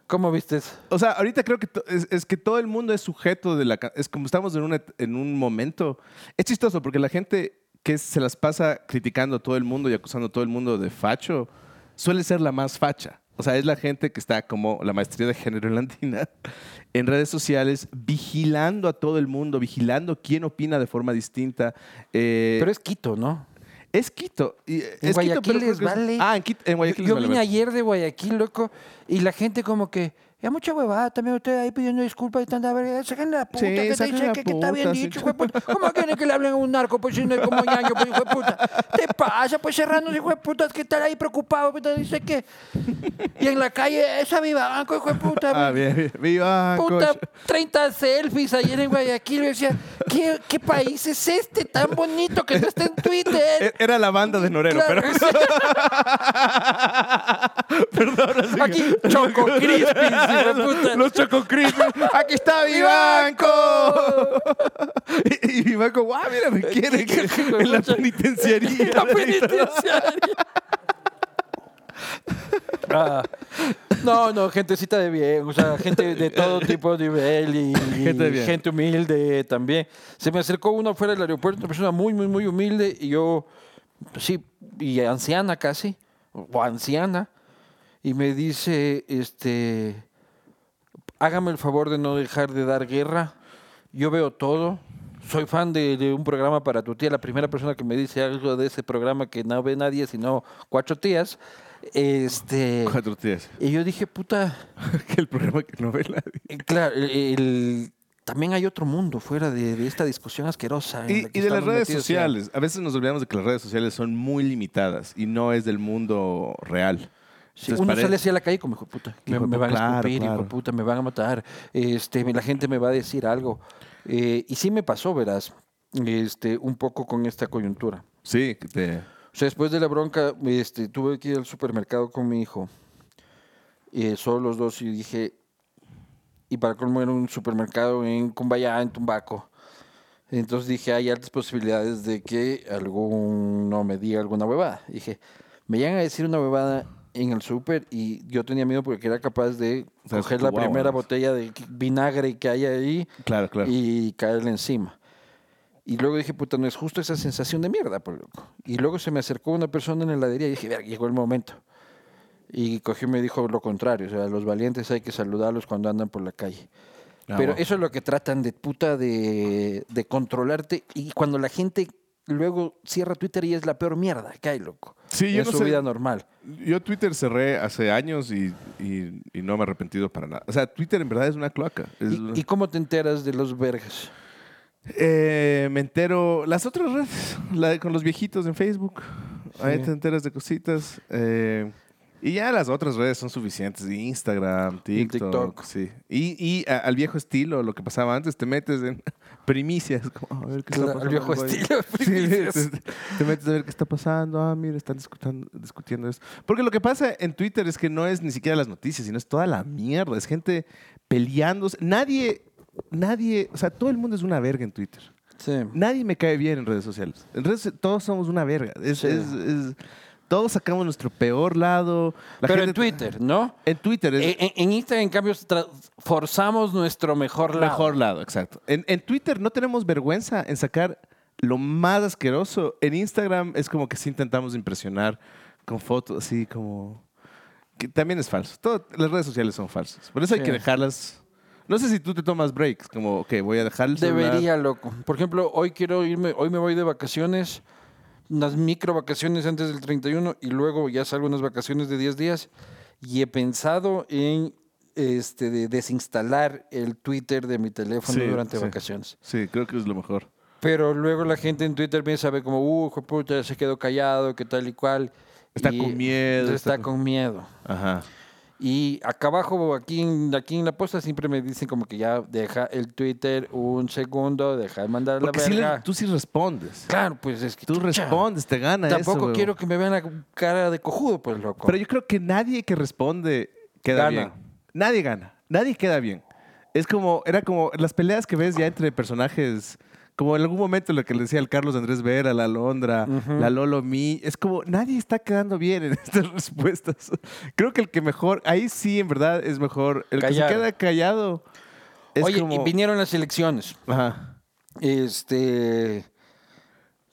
A: ¿Cómo viste?
B: o sea, ahorita creo que to- es, es que todo el mundo es sujeto de la... ca- Es como estamos en, una et- en un momento... Es chistoso porque la gente que se las pasa criticando a todo el mundo y acusando a todo el mundo de facho, suele ser la más facha. O sea, es la gente que está como la maestría de género en la andina, en redes sociales, vigilando a todo el mundo, vigilando quién opina de forma distinta. eh,
A: Pero es Quito, ¿no?
B: Es Quito. Y,
A: En
B: eh, es Quito,
A: Guayaquil
B: pero creo
A: les
B: que es-
A: vale.
B: Ah, en, Quito, en
A: Yo,
B: Guayaquil
A: yo
B: les vale
A: vine
B: ver.
A: ayer de Guayaquil, loco, y la gente como que... Ya mucha huevada, también ustedes ahí pidiendo disculpas y tanta verga. eh, Saquen la puta
B: Sí,
A: que te
B: saquen
A: dice
B: la
A: que, que está bien
B: puta, sí.
A: dicho, hijo de puta. ¿Cómo quieren que le hablen a un narco, pues, si no es como ñaño, pues, hijo de puta? ¿Te pasa, pues, serrano, hijo de puta, que estar ahí preocupado, pues, dice que... Y en la calle, esa viva banco, hijo de puta.
B: Ah, bien, bien. Viva,
A: Puta,
B: coño.
A: 30 selfies ayer en Guayaquil. Yo decía, ¿qué, qué país es este tan bonito que no está en
B: E-
A: Twitter?
B: Era la banda de Norero,
A: Claro,
B: pero...
A: sí. Aquí, Choco Crispis, hijo de puta.
B: Los Choco Crispis. ¡Aquí está Vivanco! y, y Vivanco, guau, mira, me quiere que- en la penitenciaría.
A: La penitenciaria. Ah, no, no, gentecita de bien, o sea, gente de todo tipo de nivel y, y
B: Gente de bien.
A: gente humilde también. Se me acercó uno fuera del aeropuerto, una persona muy, muy, muy humilde y yo, sí, y anciana casi, o anciana, y me dice, este, hágame el favor de no dejar de dar guerra, yo veo todo, soy fan de, de un programa para tu tía. La primera persona que me dice algo de ese programa que no ve nadie, sino cuatro tías. Este,
B: Cuatro tías.
A: y yo dije, puta,
B: que el programa que no ve nadie.
A: eh, claro, el- el- también hay otro mundo fuera de, de esta discusión asquerosa. en
B: Y,
A: la
B: y
A: Ah, que
B: de las
A: estamos
B: redes
A: metidos, ya.
B: sociales. A veces nos olvidamos de que las redes sociales son muy limitadas y no es del mundo real.
A: Sí,
B: Entonces,
A: uno
B: pare-
A: sale así a la calle como hijo de puta. Me,
B: Hijo de
A: me
B: pu-
A: van
B: claro,
A: a escupir, hijo
B: claro.
A: de puta, me van a matar. Este, me- la gente me va a decir algo. Eh, y sí me pasó, verás, este, un poco con esta coyuntura.
B: Sí, que te...
A: O sea, después de la bronca, este, tuve que ir al supermercado con mi hijo. Eh, solo los dos y dije, y para colmo era un supermercado en Cumbayá, en Tumbaco. Entonces dije, hay altas posibilidades de que alguno me diga alguna huevada. Dije, me llegan a decir una huevada en el súper y yo tenía miedo porque era capaz de
B: Sabes,
A: coger
B: tu
A: la
B: guagua,
A: primera
B: ¿no?
A: botella de vinagre que hay ahí
B: Claro, claro.
A: y caerle encima. Y luego dije, puta, no es justo esa sensación de mierda, por loco. Y luego se me acercó una persona en la heladería y dije, "Verga, llegó el momento. Y cogió y me dijo lo contrario, o sea, los valientes hay que saludarlos cuando andan por la calle.
B: Ah,
A: Pero
B: bueno.
A: eso es lo que tratan de puta de, de controlarte. Y cuando la gente luego cierra Twitter y es la peor mierda que hay, loco.
B: Sí,
A: en
B: yo no
A: su
B: sé.
A: vida normal.
B: Yo Twitter cerré hace años y, y- y no me he arrepentido para nada. O sea, Twitter en verdad es una cloaca. Es una-
A: ¿Y, y cómo te enteras de los vergas?
B: Eh, me entero. Las otras redes, la de con los viejitos en Facebook. Ahí
A: Sí.
B: te enteras de cositas. eh, y ya las otras redes son suficientes. Instagram,
A: Y
B: TikTok.
A: TikTok.
B: Sí. Y, y a- al viejo estilo, lo que pasaba antes, te metes en primicias. Como, a ver qué está
A: Claro, al
B: pasando.
A: viejo
B: algo ahí.
A: estilo,
B: Sí,
A: primicias.
B: te, te metes a ver qué está pasando. Ah, mira, están discutiendo, discutiendo eso. Porque lo que pasa en Twitter es que no es ni siquiera las noticias, sino es toda la mierda. Es gente peleándose. Nadie, nadie, o sea, todo el mundo es una verga en Twitter.
A: Sí.
B: Nadie me cae bien en redes sociales. En redes so- todos somos una verga. Es-
A: Sí.
B: es- es- todos sacamos nuestro peor lado. La
A: Pero en
B: gente-
A: Twitter, Eh, ¿no?
B: En Twitter es
A: En, en- en Instagram, en cambio, tra- forzamos nuestro mejor
B: el
A: lado.
B: mejor lado, exacto. En, en Twitter no tenemos vergüenza en sacar lo más asqueroso. En Instagram es como que sí intentamos impresionar con fotos, así como... que también es falso. Todo- las redes sociales son falsas. Por eso hay
A: Sí.
B: que dejarlas... No sé si tú te tomas breaks, como, ok, voy a dejar el celular.
A: Debería, loco. Por ejemplo, hoy quiero irme, hoy me voy de vacaciones, unas micro vacaciones antes del 31 y luego ya salgo unas vacaciones de 10 días y he pensado en este de desinstalar el Twitter de mi teléfono
B: Sí,
A: durante
B: sí.
A: vacaciones.
B: Sí, creo que es lo mejor.
A: Pero luego la gente en Twitter bien sabe como, uh, hijo de puta, se quedó callado, que tal y cual.
B: Está
A: Y
B: con miedo, está
A: Está
B: con-
A: con miedo.
B: Ajá.
A: Y acá abajo, aquí en, aquí en la posta, siempre me dicen como que ya deja el Twitter un segundo, deja de mandar
B: Porque
A: la
B: sí le-
A: verga.
B: tú sí respondes.
A: Claro, pues es que
B: Tú
A: chucha,
B: respondes, te gana eso,
A: Tampoco
B: huevón.
A: quiero que me vean la cara de cojudo, pues loco.
B: Pero yo creo que nadie que responde
A: Gana.
B: queda bien. Nadie gana. Nadie queda bien. Es como, era como las peleas que ves ya entre personajes, como en algún momento lo que le decía el Carlos Andrés Vera, la Londra, la Lolo Mi, es como nadie está quedando bien en estas respuestas. Creo que el que mejor, ahí sí en verdad es mejor, el
A: Callar.
B: que se queda callado es
A: Oye,
B: como...
A: y vinieron las elecciones.
B: Ajá,
A: Este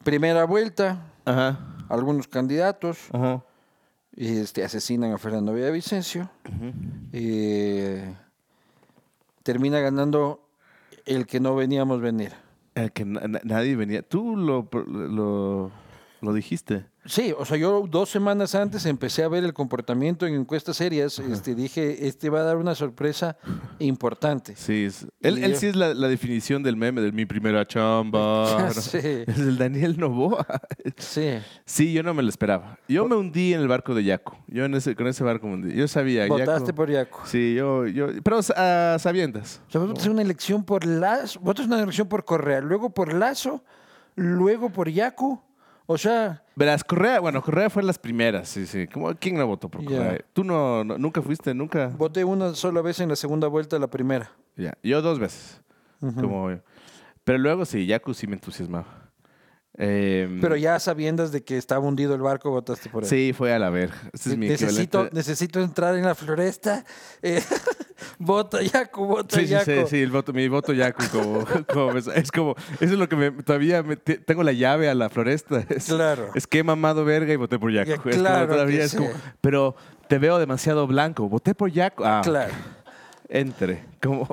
A: primera vuelta,
B: ajá,
A: algunos candidatos
B: ajá.
A: este, asesinan a Fernando Villavicencio. Eh, termina ganando el que no veníamos venir.
B: Eh, que na- na- nadie venía. Tú lo, lo, lo dijiste.
A: Sí, o sea, yo dos semanas antes empecé a ver el comportamiento en encuestas serias. Este, dije, este va a dar una sorpresa importante.
B: Sí, es- él,
A: Y
B: él
A: yo-
B: sí es la, la definición del meme, de mi primera chamba.
A: Ya sé.
B: Es el Daniel Novoa.
A: Sí.
B: Sí, yo no me lo esperaba. Yo me hundí en el barco de Yaco. Yo en ese, con ese barco me hundí. Yo sabía.
A: Votaste
B: Yaco-
A: por Yaco.
B: Sí, yo, yo. Pero a sabiendas.
A: O sea, vos votaste una elección por Lazo, votas una elección por Correa, luego por Lazo, luego por Yacu. O sea,
B: Verás, Correa, bueno, Correa fue las primeras, sí, sí. ¿Cómo- ¿Quién no votó por
A: Ya.
B: Correa? Tú no, no- nunca fuiste, nunca.
A: voté una sola vez en la segunda vuelta, la primera.
B: Ya, Yo dos veces. Como Pero luego sí, Yaco sí me entusiasmaba. Em,
A: Pero ya sabiendas de que estaba hundido el barco, votaste por él.
B: Sí, fue a la verga. Ese es mi
A: necesito,
B: equivalente.
A: necesito entrar en la floresta. eh, vota Yacu, vota
B: Sí, sí,
A: Yacu.
B: sí, sí, el voto, mi voto ya como, como es, es como, eso es lo que me, todavía me- te- tengo la llave a la floresta. Es,
A: Claro.
B: Es que he mamado verga y voté por Yaco.
A: Ya,
B: Es como
A: claro que
B: todavía es
A: sí.
B: como, pero te veo demasiado blanco, voté por Yaco. Ah,
A: Claro.
B: entre. Como,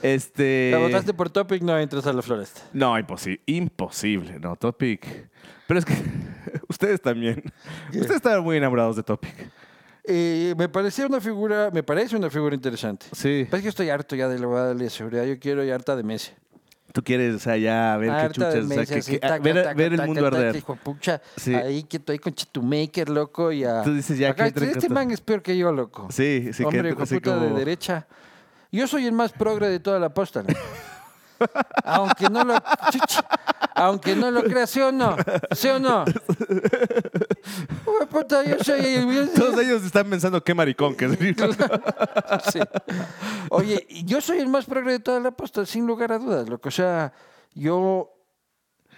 B: Este.
A: La votaste por Topic, no entras a la floresta.
B: No, imposible. Imposible, no, Topic. Pero es que ustedes también.
A: ¿Qué?
B: Ustedes estaban muy enamorados de Topic.
A: Eh, me parecía una figura, me parece una figura interesante.
B: Sí.
A: Pero Pues es que estoy harto ya de la huevada de la seguridad. Yo quiero ya harta de Messi.
B: Tú quieres, o sea, ya ver qué
A: Harta de
B: chuchas, o sea,
A: Messi,
B: que-
A: así,
B: que-
A: taca,
B: ver,
A: taca,
B: ver el
A: taca,
B: mundo
A: taca,
B: arder.
A: hijo de pucha,
B: Sí.
A: ahí que estoy con Chitumaker, loco, y a...
B: Tú dices ya
A: Acá,
B: que entre
A: Este
B: con-
A: man es peor que yo, loco.
B: Sí, sí,
A: Hombre,
B: que
A: hijo de
B: así
A: puta de
B: como-
A: derecha. Yo soy el más progre de toda la apóstol. aunque no lo... chucha, aunque no lo creas, ¿sí o no? ¿Sí o no? Hijo de puta, yo soy el...
B: Todos ellos están pensando qué maricón que es.
A: Sí. Oye, y yo soy el más progre de toda la posta, sin lugar a dudas, loco. O sea, yo.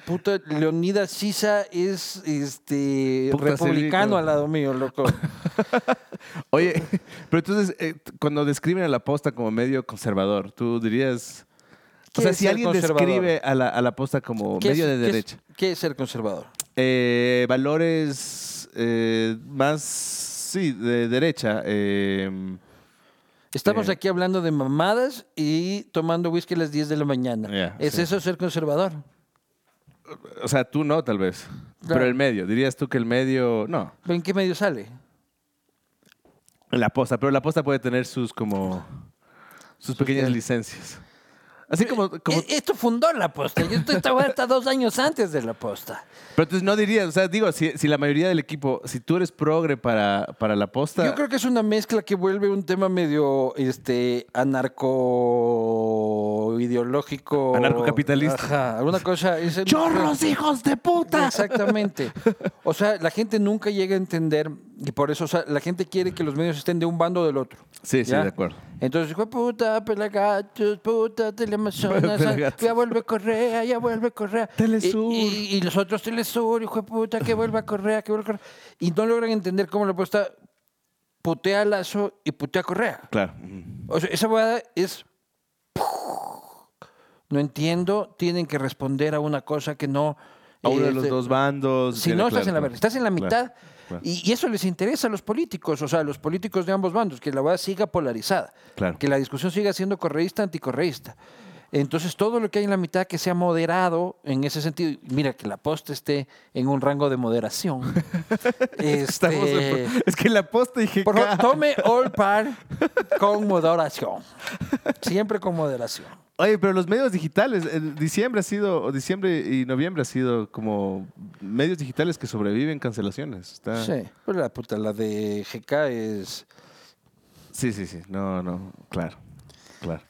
A: Puta, Leonidas Sisa es este
B: Puta, sí,
A: republicano
B: loco.
A: al lado mío, loco.
B: Oye, pero entonces, eh, t- cuando describen a la posta como medio conservador, tú dirías. O
A: ¿Qué
B: sea,
A: es
B: si
A: ser
B: alguien
A: conservador?
B: describe a la, a la posta como
A: ¿Qué es-
B: medio de
A: qué es-
B: derecha,
A: ¿Qué es ser conservador?
B: eh, valores eh, más. Sí, de derecha. eh,
A: Estamos
B: Eh.
A: aquí hablando de mamadas y tomando whisky a las 10 de la mañana.
B: Ya,
A: ¿Es
B: sí.
A: eso ser conservador?
B: o sea, tú no, tal vez.
A: Claro.
B: Pero el medio. Dirías tú que el medio. No,
A: ¿En qué medio sale?
B: la posta. Pero la posta puede tener sus como. Sus pequeñas licencias. Así como. como
A: E- Esto fundó la posta. Yo estoy trabajando hasta dos años antes de la posta.
B: Pero entonces no dirías, o sea, digo, si, si la mayoría del equipo, si tú eres progre para, para la posta.
A: Yo creo que es una mezcla que vuelve un tema medio este anarco ideológico.
B: Anarcocapitalista.
A: Ajá, alguna cosa. es el-
B: ¡Chorros, hijos de puta!
A: Exactamente. O sea, la gente nunca llega a entender, y por eso, o sea, la gente quiere que los medios estén de un bando o del otro.
B: Sí, sí,
A: ¿ya?
B: de acuerdo.
A: Entonces, hijo de puta, pelagatos, puta, teleamazonas, ah,
B: Pelagatos.
A: ya vuelve Correa, ya vuelve Correa.
B: Telesur.
A: Y, y- y los otros Telesur, hijo de puta, que vuelva Correa, que vuelva Correa. Y no logran entender cómo la apuesta putea a Lazo y putea a Correa.
B: Claro.
A: O sea, esa boda es... No entiendo, tienen que responder a una cosa que no...
B: A uno de los
A: este,
B: dos bandos.
A: si
B: tiene-
A: no,
B: claro,
A: estás en la
B: claro.
A: verga, estás en la
B: Claro,
A: mitad.
B: claro.
A: Y, y eso les interesa a los políticos, o sea, a los políticos de ambos bandos, que la verdad siga polarizada.
B: Claro.
A: Que la discusión siga siendo correísta, anticorreísta. Entonces, todo lo que hay en la mitad que sea moderado en ese sentido, y mira que la posta esté en un rango de moderación.
B: Estamos
A: Este,
B: en- Es que la posta dije.
A: por favor,
B: "Ca-".
A: tome All Par con moderación. Siempre con moderación.
B: Oye, pero los medios digitales, el diciembre ha sido, o diciembre y noviembre ha sido como medios digitales que sobreviven cancelaciones. Está-
A: Sí, pues la puta, la de GK es.
B: sí, sí, sí. No, no, claro. Claro.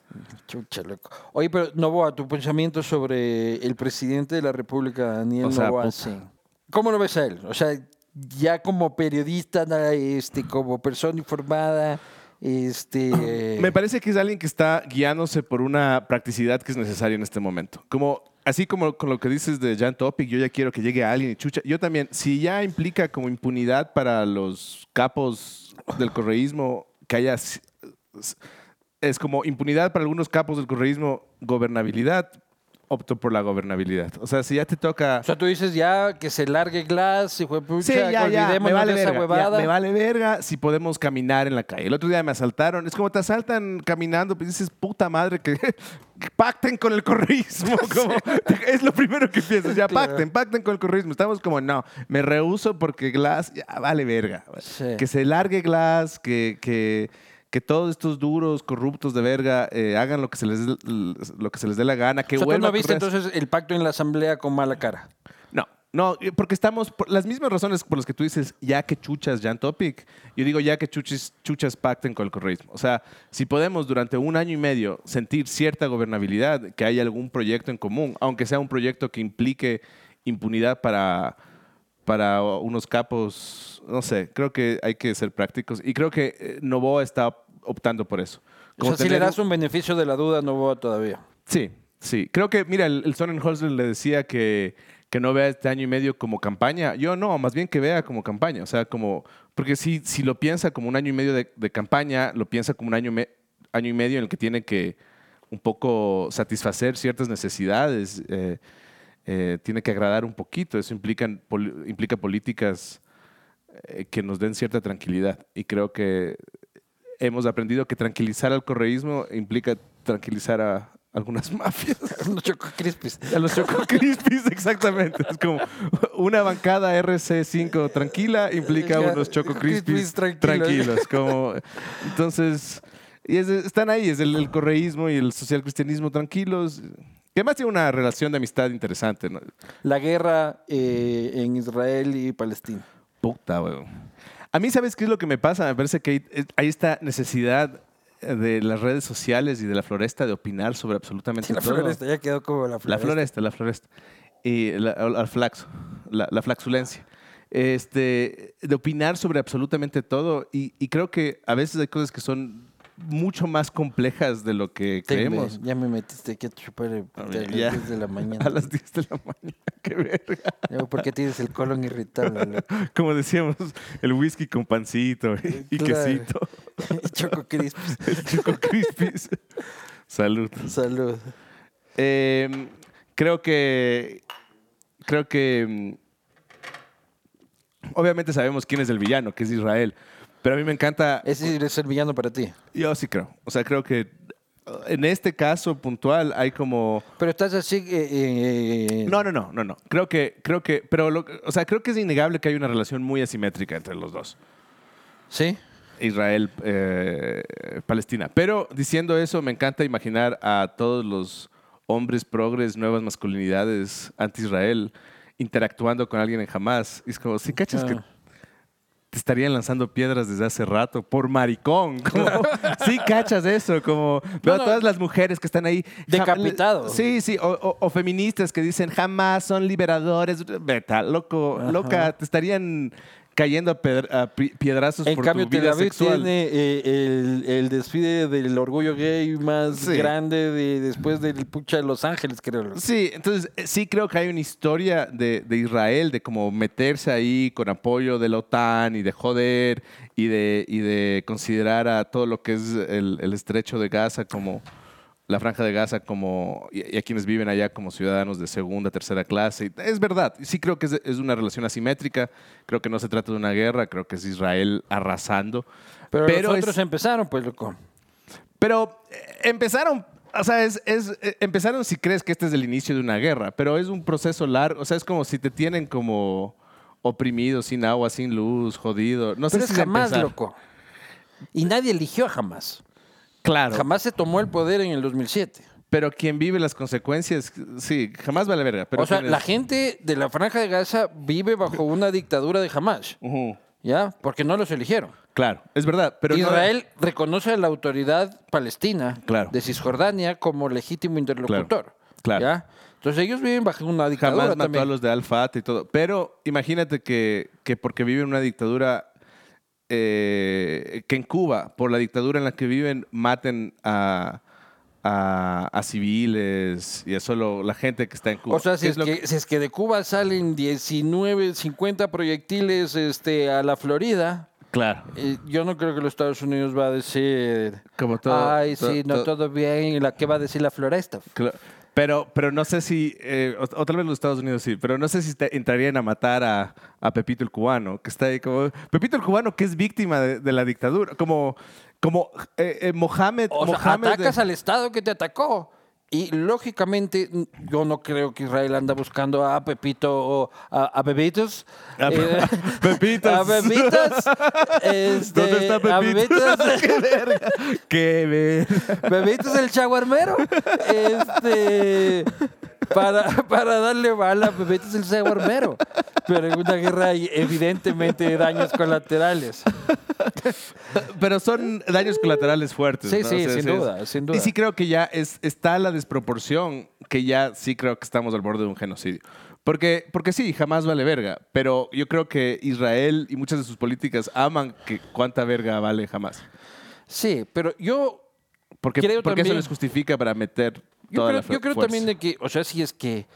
A: Chucha, loco. Oye, pero Novoa, tu pensamiento sobre el presidente de la República, Daniel
B: O sea, pues,
A: Noboa,
B: puta.
A: sí. ¿Cómo lo ves a él? O sea, ya como periodista, na- este, como persona informada, este...
B: Me parece que es alguien que está guiándose por una practicidad que es necesaria en este momento. Como, así como con lo que dices de Jan Topic, yo ya quiero que llegue alguien y chucha. Yo también, si ya implica como impunidad para los capos del correísmo, que haya... s- s- Es como impunidad para algunos capos del correísmo, gobernabilidad, opto por la gobernabilidad. O sea, si ya te toca...
A: O sea, tú dices ya que se largue Glass, hijo de pucha,
B: Sí, ya, ya,
A: olvidémonos
B: me vale
A: de esa
B: verga. ya,
A: huevada.
B: me vale verga si podemos caminar en la calle. El otro día me asaltaron. Es como te asaltan caminando, pues dices, puta madre, que, que pacten con el correísmo. como- es lo primero que piensas, ya
A: Claro.
B: pacten, pacten con el correísmo. Estamos como, no, me rehuso porque Glass, ya vale verga.
A: Sí.
B: Que se largue Glass, que, que, que todos estos duros, corruptos de verga, eh, hagan lo que se les lo que se les dé la gana, que
A: O sea, tú
B: vuelva
A: no
B: a
A: viste
B: correr-
A: entonces el pacto en la asamblea con mala cara.
B: no, no, eh, porque estamos por las mismas razones por las que tú dices, ya que chuchas Jan Topic, yo digo ya que chuchis- chuchas pacten con el correísmo. O sea, si podemos durante un año y medio sentir cierta gobernabilidad, que haya algún proyecto en común, aunque sea un proyecto que implique impunidad para, para unos capos, no sé, creo que hay que ser prácticos. Y creo que eh, Novoa está optando por eso.
A: O sea, si le
B: tener
A: das un beneficio de la duda a Novoa todavía.
B: Sí, sí. Creo que, mira, el, el Sonnenholzer le decía que, que no vea este año y medio como campaña. Yo no, más bien que vea como campaña. O sea, como. Porque si, si lo piensa como un año y medio de, de campaña, lo piensa como un año, y me- año y medio en el que tiene que un poco satisfacer ciertas necesidades. eh, eh, tiene que agradar un poquito. Eso implica, implica políticas eh, que nos den cierta tranquilidad. Y creo que hemos aprendido que tranquilizar al correísmo implica tranquilizar a algunas mafias.
A: Unos Choco Crispis.
B: A los Choco Crispis, exactamente. Es como una bancada RC5 tranquila implica
A: Ya,
B: unos Choco
A: Crispis
B: Crispis
A: tranquilos.
B: tranquilos. como, entonces, y es- están ahí, es el, el correísmo y el social cristianismo tranquilos. Que además tiene una relación de amistad interesante. ¿no?
A: La guerra eh, en Israel y Palestina.
B: Puta, weón. A mí, ¿sabes qué es lo que me pasa? Me parece que hay, eh, hay esta necesidad eh, de las redes sociales y de la floresta de opinar sobre absolutamente
A: la
B: todo.
A: floresta, ya quedó como la
B: La
A: floresta.
B: floresta, la floresta. Y la, al- al flaxo, la, la flaxulencia. Este, de opinar sobre absolutamente todo. Y, y creo que a veces hay cosas que son mucho más complejas de lo que
A: Tenme,
B: creemos.
A: Ya me metiste aquí a chupar el-
B: A
A: a
B: ver,
A: las
B: ya.
A: 10 de la
B: A
A: mañana.
B: las 10 de la mañana. Qué verga.
A: Luego, ¿Por qué tienes el colon irritable? loco?
B: Como decíamos, el whisky con pancito y, y
A: Claro.
B: quesito.
A: Choco Crispis.
B: El Choco Crispis. Salud.
A: Salud.
B: Eh, creo que. Creo que. mm, Obviamente sabemos quién es el villano, que es Israel. Pero a mí me encanta.
A: Ese es el villano para ti.
B: Yo sí creo. O sea, creo que uh, en este caso puntual hay como.
A: Pero estás así. eh, eh, eh,
B: No, no, no, no, no. Creo que, creo que, pero, lo- o sea, creo que es innegable que hay una relación muy asimétrica entre los dos.
A: ¿Sí?
B: Israel, eh, Palestina. Pero diciendo eso, me encanta imaginar a todos los hombres progres, nuevas masculinidades anti-Israel, interactuando con alguien en Hamas. Y es como, si cachas que
A: Ah.
B: te estarían lanzando piedras desde hace rato por maricón. Como, sí cachas eso, como veo a
A: no.
B: todas las mujeres que están ahí. jam-
A: Decapitado.
B: Sí, sí, o, o- o feministas que dicen jamás son liberadores. Vete, loco, loca, te estarían cayendo a, pedra- a pi- piedrazos
A: En
B: Pues por
A: cambio,
B: tu
A: Tel
B: vida
A: Aviv
B: sexual.
A: tiene eh, el, el desfile del orgullo gay más
B: Sí.
A: grande de, después del pucha de Los Ángeles, creo.
B: Sí, entonces eh, sí creo que hay una historia de, de Israel, de como meterse ahí con apoyo de la OTAN y de joder y de, y de considerar a todo lo que es el, el estrecho de Gaza como la franja de Gaza como y, y a quienes viven allá como ciudadanos de segunda, tercera clase. Y Es verdad, sí creo que es, es una relación asimétrica, creo que no se trata de una guerra, creo que es Israel arrasando.
A: Pero,
B: Pero
A: los otros
B: es-
A: empezaron, pues, loco.
B: Pero eh, empezaron, o sea, es, es- eh, empezaron si crees que este es el inicio de una guerra, pero es un proceso largo, o sea, es como si te tienen como oprimido, sin agua, sin luz, jodido.
A: Pero
B: No sé
A: Pues es
B: si de
A: jamás,
B: empezar.
A: loco. Y nadie eligió a jamás.
B: Claro.
A: Jamás se tomó el poder en el 2007.
B: Pero quien vive las consecuencias, sí, jamás vale verga. Pero
A: o sea,
B: quienes-
A: la gente de la Franja de Gaza vive bajo una dictadura de jamás,
B: Ujú,
A: ¿ya? Porque no los eligieron.
B: Claro, es verdad. Pero no-
A: Israel reconoce a la autoridad palestina
B: Claro.
A: de Cisjordania como legítimo interlocutor.
B: claro.
A: ¿ya? Entonces ellos viven bajo una dictadura
B: jamás mató
A: también.
B: a los de Al-Fatah y todo. Pero imagínate que, que porque viven una dictadura, eh, que en Cuba, por la dictadura en la que viven, maten a, a- a civiles y a solo la gente que está en Cuba.
A: O sea, si
B: ¿Qué
A: es,
B: lo
A: que, si es que de Cuba salen 19, 50 proyectiles este, a la Florida,
B: Claro.
A: eh, yo no creo que los Estados Unidos va a decir...
B: Como todo-
A: Ay,
B: to-
A: sí, no
B: to-
A: todo bien. ¿y la, ¿Qué va a decir la floresta?
B: Cla- Pero, pero no sé si, eh, o, o tal vez los Estados Unidos sí, pero no sé si te- entrarían a matar a, a Pepito el cubano, que está ahí como... Pepito el cubano que es víctima de, de la dictadura, como, como eh, eh, Mohamed...
A: O sea,
B: Mohamed de-
A: atacas al Estado que te atacó. Y lógicamente, n- yo no creo que Israel anda buscando a Pepito o a, a Bebitos. Eh,
B: A- Ah, Pepitos.
A: A Bebitos. este,
B: ¿Dónde está
A: A
B: Pepito?
A: Bebitos,
B: ¡Qué verga! ¡Qué verga!
A: Bebitos el chaguarmero. Este, para, para darle bala a Bebitos el chaguarmero. Pero en una guerra hay evidentemente daños colaterales.
B: Pero son daños colaterales fuertes.
A: Sí,
B: ¿no?
A: sí,
B: O sea,
A: sin
B: es-
A: duda, sin duda.
B: Y sí creo que ya es, está la desproporción, que ya sí creo que estamos al borde de un genocidio. Porque, porque sí, jamás vale verga, pero yo creo que Israel y muchas de sus políticas aman que cuánta verga vale jamás.
A: Sí, pero yo
B: Porque,
A: Creo
B: porque eso
A: también-
B: les justifica para meter
A: Yo
B: toda
A: creo,
B: la fu-
A: yo creo
B: fuerza.
A: también de que, o sea, si es que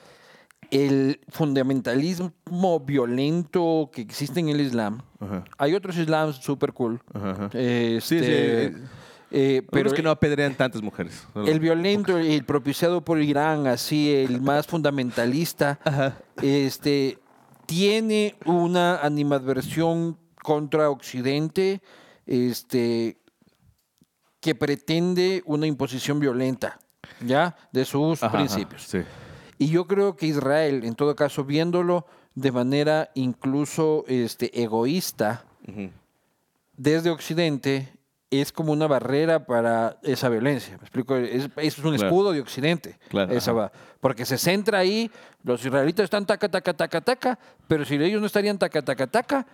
A: el fundamentalismo violento que existe en el Islam,
B: Ajá.
A: hay otros islams súper cool,
B: Ajá, ajá.
A: este,
B: Sí, sí, eh,
A: eh,
B: Pero
A: pero
B: es que no apedrean tantas mujeres.
A: el violento, el propiciado por Irán, así, el más fundamentalista, este, tiene una animadversión contra Occidente, este, que pretende una imposición violenta, ¿ya? De sus
B: Ajá, ajá,
A: principios.
B: Sí.
A: Y yo creo que Israel, en todo caso, viéndolo de manera incluso este, egoísta,
B: Ujú.
A: desde Occidente, es como una barrera para esa violencia. ¿Me explico? Es, es un
B: Claro.
A: escudo de Occidente.
B: Claro,
A: esa
B: ajá.
A: va. Porque se centra ahí, los israelitas están taca, taca, taca, taca, pero si ellos no estarían taca, taca, taca,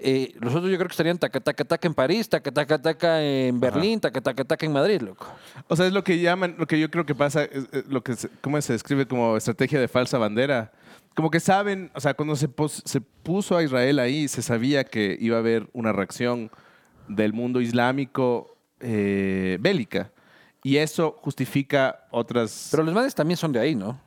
A: eh, los otros yo creo que estarían taca, taca, taca en París, taca, taca, taca en Berlín, taca, taca, taca en Madrid, loco.
B: O sea, es lo que llaman, lo que yo creo que pasa, es, eh, lo que se- cómo se describe como estrategia de falsa bandera. Como que saben, o sea, cuando se, pos- se puso a Israel ahí, se sabía que iba a haber una reacción del mundo islámico eh, bélica. Y eso justifica otras...
A: Pero los manes también son de ahí, ¿no?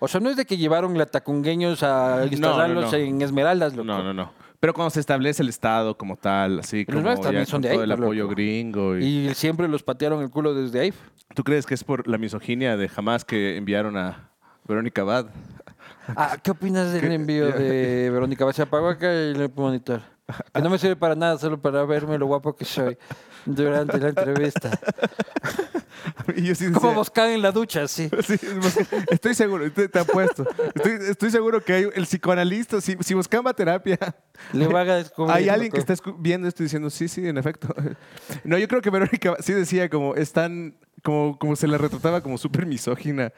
A: O sea, no es de que llevaron latacungueños a
B: No, no,
A: instalarlos
B: no.
A: en Esmeraldas, loco.
B: no, no, no. Pero cuando se establece el Estado como tal, así
A: Pero los
B: como
A: manes también
B: ya
A: son
B: con
A: de
B: todo
A: ahí,
B: el
A: pues,
B: apoyo
A: loco.
B: gringo. Y,
A: Y siempre los patearon el culo desde ahí.
B: ¿Tú crees que es por la misoginia de jamás que enviaron a Verónica Bad?
A: Ah, ¿Qué opinas del
B: ¿Qué?
A: envío de Verónica? Se apagó acá el monitor. Que no me sirve para nada, solo para verme lo guapo que soy durante la entrevista.
B: y yo sí
A: Como
B: decía-
A: buscar en la ducha, sí.
B: Sí, busca- estoy seguro, te, te apuesto. Estoy, estoy seguro que hay, el psicoanalista, si, si buscaba terapia,
A: Le van a descubrir.
B: hay alguien que
A: loco.
B: está escu- viendo esto y diciendo, sí, sí, en efecto. No, yo creo que Verónica sí decía como, es tan- como, como se la retrataba como súper misógina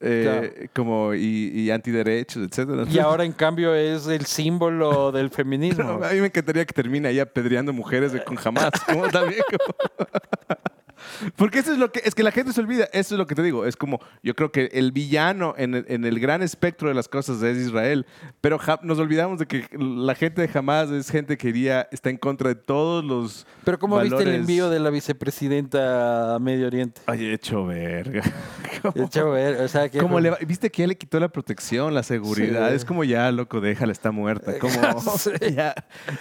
B: eh, como, y, y antiderechos, etcétera.
A: Y ahora, en cambio, es el símbolo del feminismo.
B: No, a mí me encantaría que termine ahí apedreando mujeres de- con jamás. ¿Cómo también? como- Porque eso es lo que. Es que la gente se olvida. Eso es lo que te digo. Es como. Yo creo que el villano en el, en el gran espectro de las cosas es Israel. Pero ja- nos olvidamos de que la gente de jamás es gente que iría. Está en contra de todos los.
A: Pero ¿cómo viste el
B: valores-
A: envío de la vicepresidenta a Medio Oriente?
B: Ay, hecho verga. ¿Cómo?
A: El chavo era- o sea, que
B: ¿Cómo le va- ¿Viste que ya le quitó la protección, la seguridad?
A: Sí.
B: Es como ya, loco, déjala, está muerta. Como,
A: Sí.
B: ya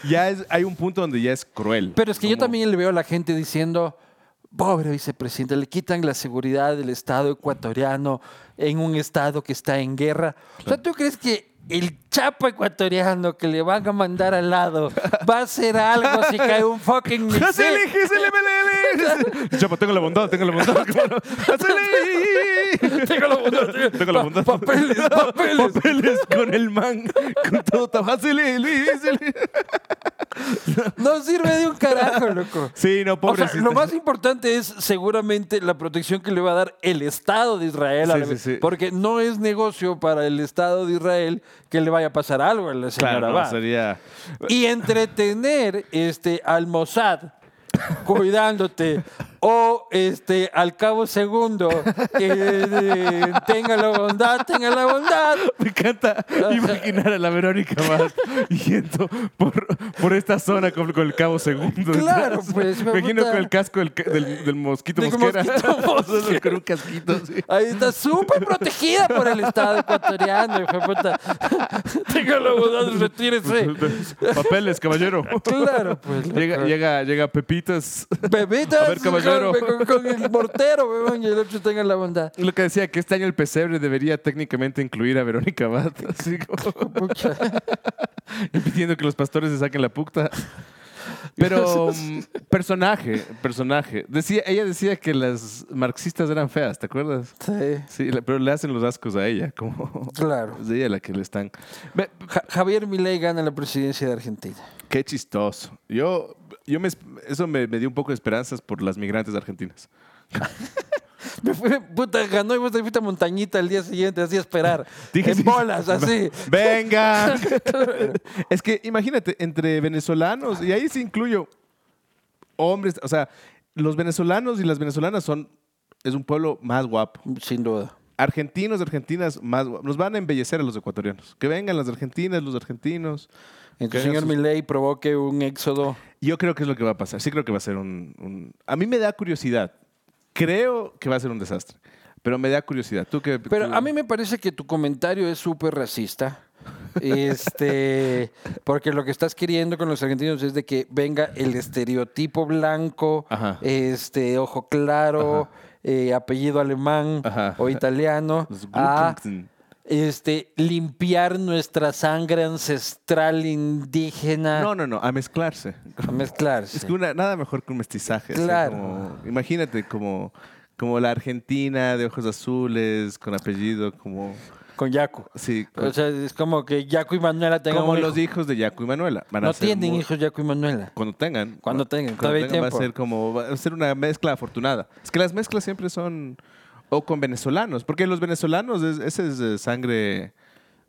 B: ya es, hay un punto donde ya es cruel.
A: Pero es que yo
B: Como-
A: también le veo a la gente diciendo, pobre vicepresidente, le quitan la seguridad del Estado ecuatoriano en un Estado que está en guerra. O sea, ¿tú crees que el chapa ecuatoriano que le van a mandar al lado va a hacer algo si cae un fucking misil?
B: ¡Hacele, hacele, melele! Chapa, tengo la bondad, tengo la bondad. claro. ¡Hacele!
A: Tengo la bondad, tengo-
B: Tengo la
A: pa-
B: bondad.
A: papeles, papeles.
B: Papeles con el man, con todo tab- ¡Hacele, le, hacele!
A: No sirve de un carajo, loco.
B: Sí, no,
A: O sea,
B: pobrecito.
A: lo más importante es seguramente la protección que le va a dar el Estado de Israel. a la
B: Sí,
A: vez,
B: sí, sí.
A: Porque no es negocio para el Estado de Israel que le vaya a pasar algo a la señora
B: Claro, no,
A: Abad.
B: sería...
A: Y entretener este, al Mossad cuidándote o este al cabo segundo que eh, tenga la bondad, tenga la bondad.
B: Me encanta
A: Ah,
B: imaginar a la Verónica más yendo por, por esta zona con, con el cabo segundo.
A: Claro,
B: detrás.
A: pues,
B: Me imagino
A: puta.
B: con el casco del, ca- del, del mosquito
A: Del
B: mosquera.
A: mosquito mosquera.
B: con un casquito, sí.
A: Ahí está súper protegida por el Estado ecuatoriano, hijo de puta. Tenga la bondad, retírese.
B: Papeles, caballero.
A: Claro, pues.
B: Llega,
A: loco.
B: llega, llega Pepitas.
A: Bebitas
B: A ver, caballero.
A: Con, con el mortero, weón, y el otro tenga la bondad.
B: Lo que decía, que este año el pesebre debería técnicamente incluir a Verónica Bat, así como
A: Pucha.
B: impidiendo que los pastores se saquen la puta. Pero mm, personaje, personaje. Decía, ella decía que las marxistas eran feas, ¿te acuerdas?
A: Sí,
B: Sí, la- pero le hacen los ascos a ella, como
A: este, claro.
B: es ella la que le están. Ve,
A: Ja- Javier Milei gana la presidencia de Argentina.
B: Qué chistoso. Yo, yo me, eso me, me dio un poco de esperanzas por las migrantes argentinas.
A: Me fui, puta, ganó y vos te fuiste a Montañita el día siguiente, así a esperar.
B: Dije,
A: en
B: sí,
A: bolas, así.
B: ¡Venga! es que imagínate, entre venezolanos, y ahí sí incluyo hombres, o sea, los venezolanos y las venezolanas son, es un pueblo más guapo.
A: Sin duda.
B: Argentinos, argentinas, más guapos. Nos van a embellecer a los ecuatorianos. Que vengan las argentinas, los argentinos.
A: Entonces,
B: Que hagan
A: señor
B: sus-
A: Milei provoque un éxodo.
B: Yo creo que es lo que va a pasar. Sí creo que va a ser un, un- A mí me da curiosidad. Creo que va a ser un desastre. Pero me da curiosidad. ¿Tú qué?
A: Pero
B: tú-
A: a mí me parece que tu comentario es súper racista. Este, porque lo que estás queriendo con los argentinos es de que venga el estereotipo blanco,
B: Ajá.
A: este, ojo claro, eh, apellido alemán
B: Ajá.
A: o italiano,
B: Los
A: a
B: Gurkensen.
A: este, limpiar nuestra sangre ancestral indígena,
B: No, no, no, a mezclarse.
A: a mezclarse.
B: Es que una- nada mejor que un mestizaje. así
A: Claro.
B: como- imagínate como, como la Argentina de ojos azules, con apellido, como...
A: Con Yaco.
B: Sí,
A: Pues, O sea, es como que Yaco y Manuela tengan
B: Pues como
A: un
B: los
A: hijo.
B: hijos de Yaco y Manuela. Van a
A: No
B: ser
A: tienen
B: muy-
A: hijos Yaco y Manuela.
B: Cuando tengan.
A: Cuando
B: va-
A: tengan,
B: cuando
A: todavía hay
B: tengan va a
A: tiempo.
B: ser como, va a ser una mezcla afortunada. Es que las mezclas siempre son o con venezolanos, porque los venezolanos, es- ese es eh, sangre,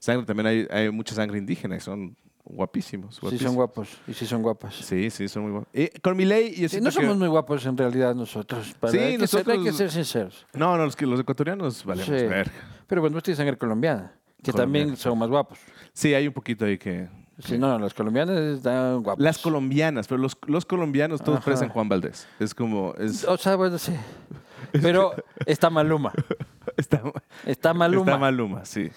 B: sangre también hay, hay mucha sangre indígena y son guapísimos.
A: Sí son
B: guapísimos.
A: guapos, y sí son guapas.
B: Sí, sí, son muy guapos. Y con mi ley, yo
A: Sí,
B: siento
A: no
B: que-
A: somos muy guapos en realidad nosotros. para-
B: Sí,
A: hay, que ser, hay que
B: nosotros-
A: ser sinceros.
B: No, no, los, que- los ecuatorianos valemos
A: Sí.
B: verga.
A: Pero bueno, ustedes sangre colombiana, que también
B: Colombiana.
A: son más guapos.
B: Sí, hay un poquito ahí que...
A: Sí, no, las colombianas están guapas.
B: Las colombianas, pero los, los colombianos todos
A: Ajá.
B: parecen Juan Valdés. Es como... Es,
A: O sea, bueno, sí. Pero está Maluma.
B: está,
A: Está Maluma.
B: está Maluma, sí.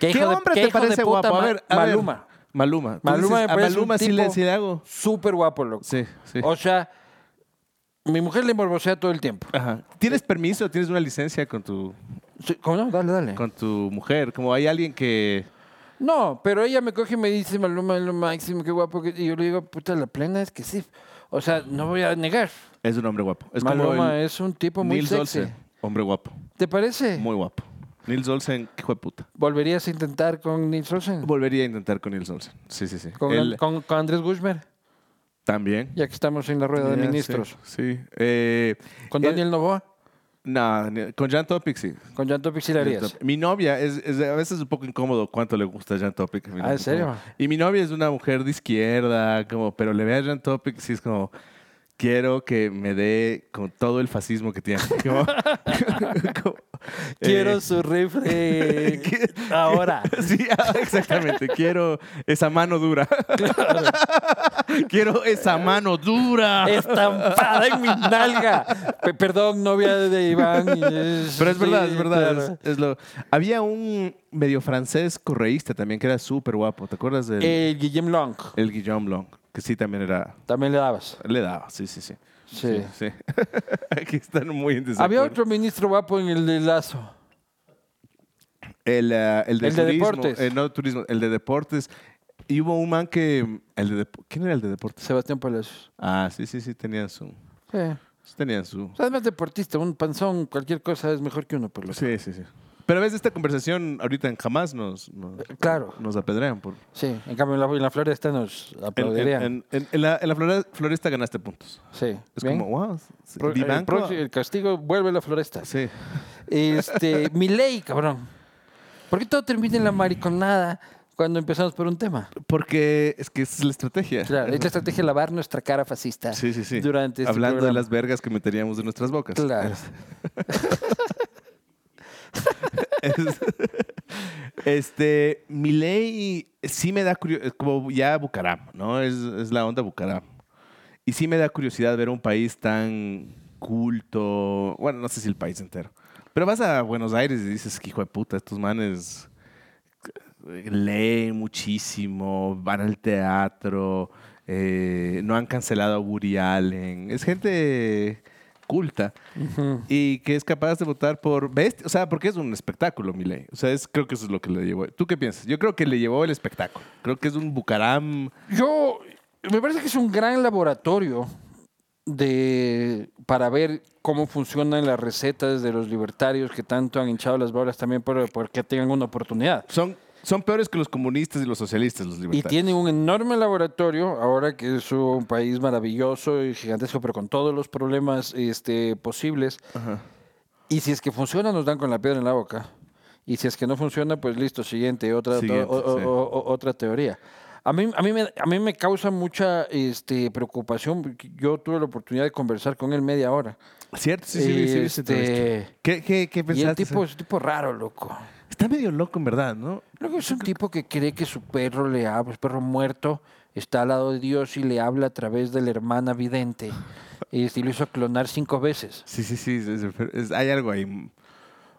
A: ¿Qué, hijo de- qué hijo de puta Ma- Maluma.
B: Maluma. Tú
A: Maluma
B: dices,
A: me
B: a
A: parece un
B: Maluma sí le,
A: tipo-
B: sí le hago.
A: Súper guapo, loco.
B: Sí, sí.
A: O sea, mi mujer le morbosea todo el tiempo.
B: Ajá. ¿Tienes permiso? ¿Tienes una licencia con tu,
A: Sí, ¿Cómo no? Dale, dale.
B: con tu mujer? Como hay alguien que...
A: No, pero ella me coge y me dice, Maluma es lo máximo, qué guapo. que-". Y yo le digo, puta, la plena es que sí. O sea, no voy a negar.
B: Es un hombre guapo. Es como
A: Maluma
B: el-
A: es un tipo muy
B: Nils
A: sexy.
B: Olsen. Hombre guapo.
A: ¿Te parece?
B: Muy guapo. Nils Olsen, qué hijo de puta.
A: ¿Volverías a intentar con Nils Olsen?
B: Volvería a intentar con Nils Olsen. Sí, sí, sí.
A: ¿Con,
B: Él
A: con- con Andrés Guzmán?
B: También.
A: Ya que estamos en la rueda de
B: Ya, sí,
A: ministros.
B: Sí. Eh,
A: ¿Con
B: él-
A: Daniel Novoa?
B: No, ni- con Jan Topic, sí.
A: ¿Con Jan Topic sí la harías?
B: Mi novia es, es a veces un poco incómodo cuánto le gusta Jan Topic. Mi
A: Ah,
B: novia
A: ¿en serio?
B: como- Y mi novia es una mujer de izquierda, como, pero le ve a Jan Topic sí es como, quiero que me dé con todo el fascismo que tiene. Como- como, eh,
A: Quiero su rifle ahora.
B: Sí, ah, exactamente. Quiero esa mano dura. quiero esa mano dura.
A: Estampada en mi nalga. Pe- perdón, novia de Iván. es-
B: Pero es verdad,
A: sí,
B: es verdad.
A: claro.
B: es- es lo... Había un medio francés correísta también que era súper guapo. ¿Te acuerdas del
A: El Eh, Guillem Long.
B: el Guillaume Blanc? Que sí también era...
A: También le dabas.
B: Le daba, sí, sí, sí.
A: Sí.
B: sí. Aquí están muy en desacuerdo.
A: Había otro ministro guapo en el de Lazo.
B: El, eh, el de,
A: El de
B: turismo,
A: deportes.
B: eh, no, turismo. El de deportes. Y hubo un man que... El de dep- ¿Quién era el de deportes?
A: Sebastián Palacios.
B: Ah, sí, sí, sí. Tenía su...
A: Sí. O
B: sí Tenía su...
A: sea, además deportista, un panzón, cualquier cosa es mejor que uno, por lo
B: Sí, sí, sí. Pero ves, esta conversación ahorita en jamás nos... nos
A: Eh, claro.
B: Nos apedrean por...
A: Sí, en cambio en la, en la Floresta nos
B: En, en-
A: aplaudirían.
B: en- en- en la, en la flore- floresta ganaste puntos.
A: sí.
B: Es
A: ¿Bien?
B: como, wow. sí,
A: Pro- el,
B: Vivanco-
A: próximo- el castigo vuelve a la Floresta.
B: Sí.
A: Este, mi ley, cabrón. ¿Por qué todo termina en la mariconada cuando empezamos por un tema?
B: Porque es que esa es la estrategia.
A: Claro, es la estrategia de lavar nuestra cara fascista.
B: Sí, sí, sí.
A: Durante este
B: Hablando de
A: programa.
B: las vergas que meteríamos de nuestras bocas.
A: Claro.
B: Es- este, mi ley sí me da curiosidad, como ya Bucaram, ¿no? Es, es la onda Bucaram. Y sí me da curiosidad ver un país tan culto, bueno, no sé si el país entero, pero vas a Buenos Aires y dices, que hijo de puta, estos manes eh, leen muchísimo, van al teatro, eh, no han cancelado a Woody Allen, es gente culta
A: Ujú.
B: y que es capaz de votar por bestia. O sea, porque es un espectáculo, Milei. O sea, es, creo que eso es lo que le llevó. ¿Tú qué piensas? Yo creo que le llevó el espectáculo. Creo que es un Bucaram.
A: Yo, me parece que es un gran laboratorio de, para ver cómo funcionan las recetas de los libertarios que tanto han hinchado las bolas también por, porque tengan una oportunidad.
B: Son, son peores que los comunistas y los socialistas, los
A: Y
B: libertarios.
A: tiene un enorme laboratorio, ahora que es un país maravilloso y gigantesco, pero con todos los problemas este, posibles.
B: Ajá.
A: Y si es que funciona, nos dan con la piedra en la boca. Y si es que no funciona, pues listo, siguiente, otra,
B: Siguiente,
A: o- o-
B: sí.
A: o- o- otra teoría. A mí, a, mí me, a mí me causa mucha este, preocupación. porque Yo tuve la oportunidad de conversar con él media hora.
B: ¿Cierto? Sí, sí, sí, sí, sí, sí.
A: Este,
B: ¿Qué, qué, qué
A: y el
B: pensaste?
A: tipo es un tipo raro, loco.
B: Está medio loco, en verdad, ¿no?
A: Luego es un tipo que cree que su perro le habla, su perro muerto, está al lado de Dios y le habla a través de la hermana vidente. Y este, lo hizo clonar cinco veces.
B: Sí, sí, sí. es- es- hay algo ahí.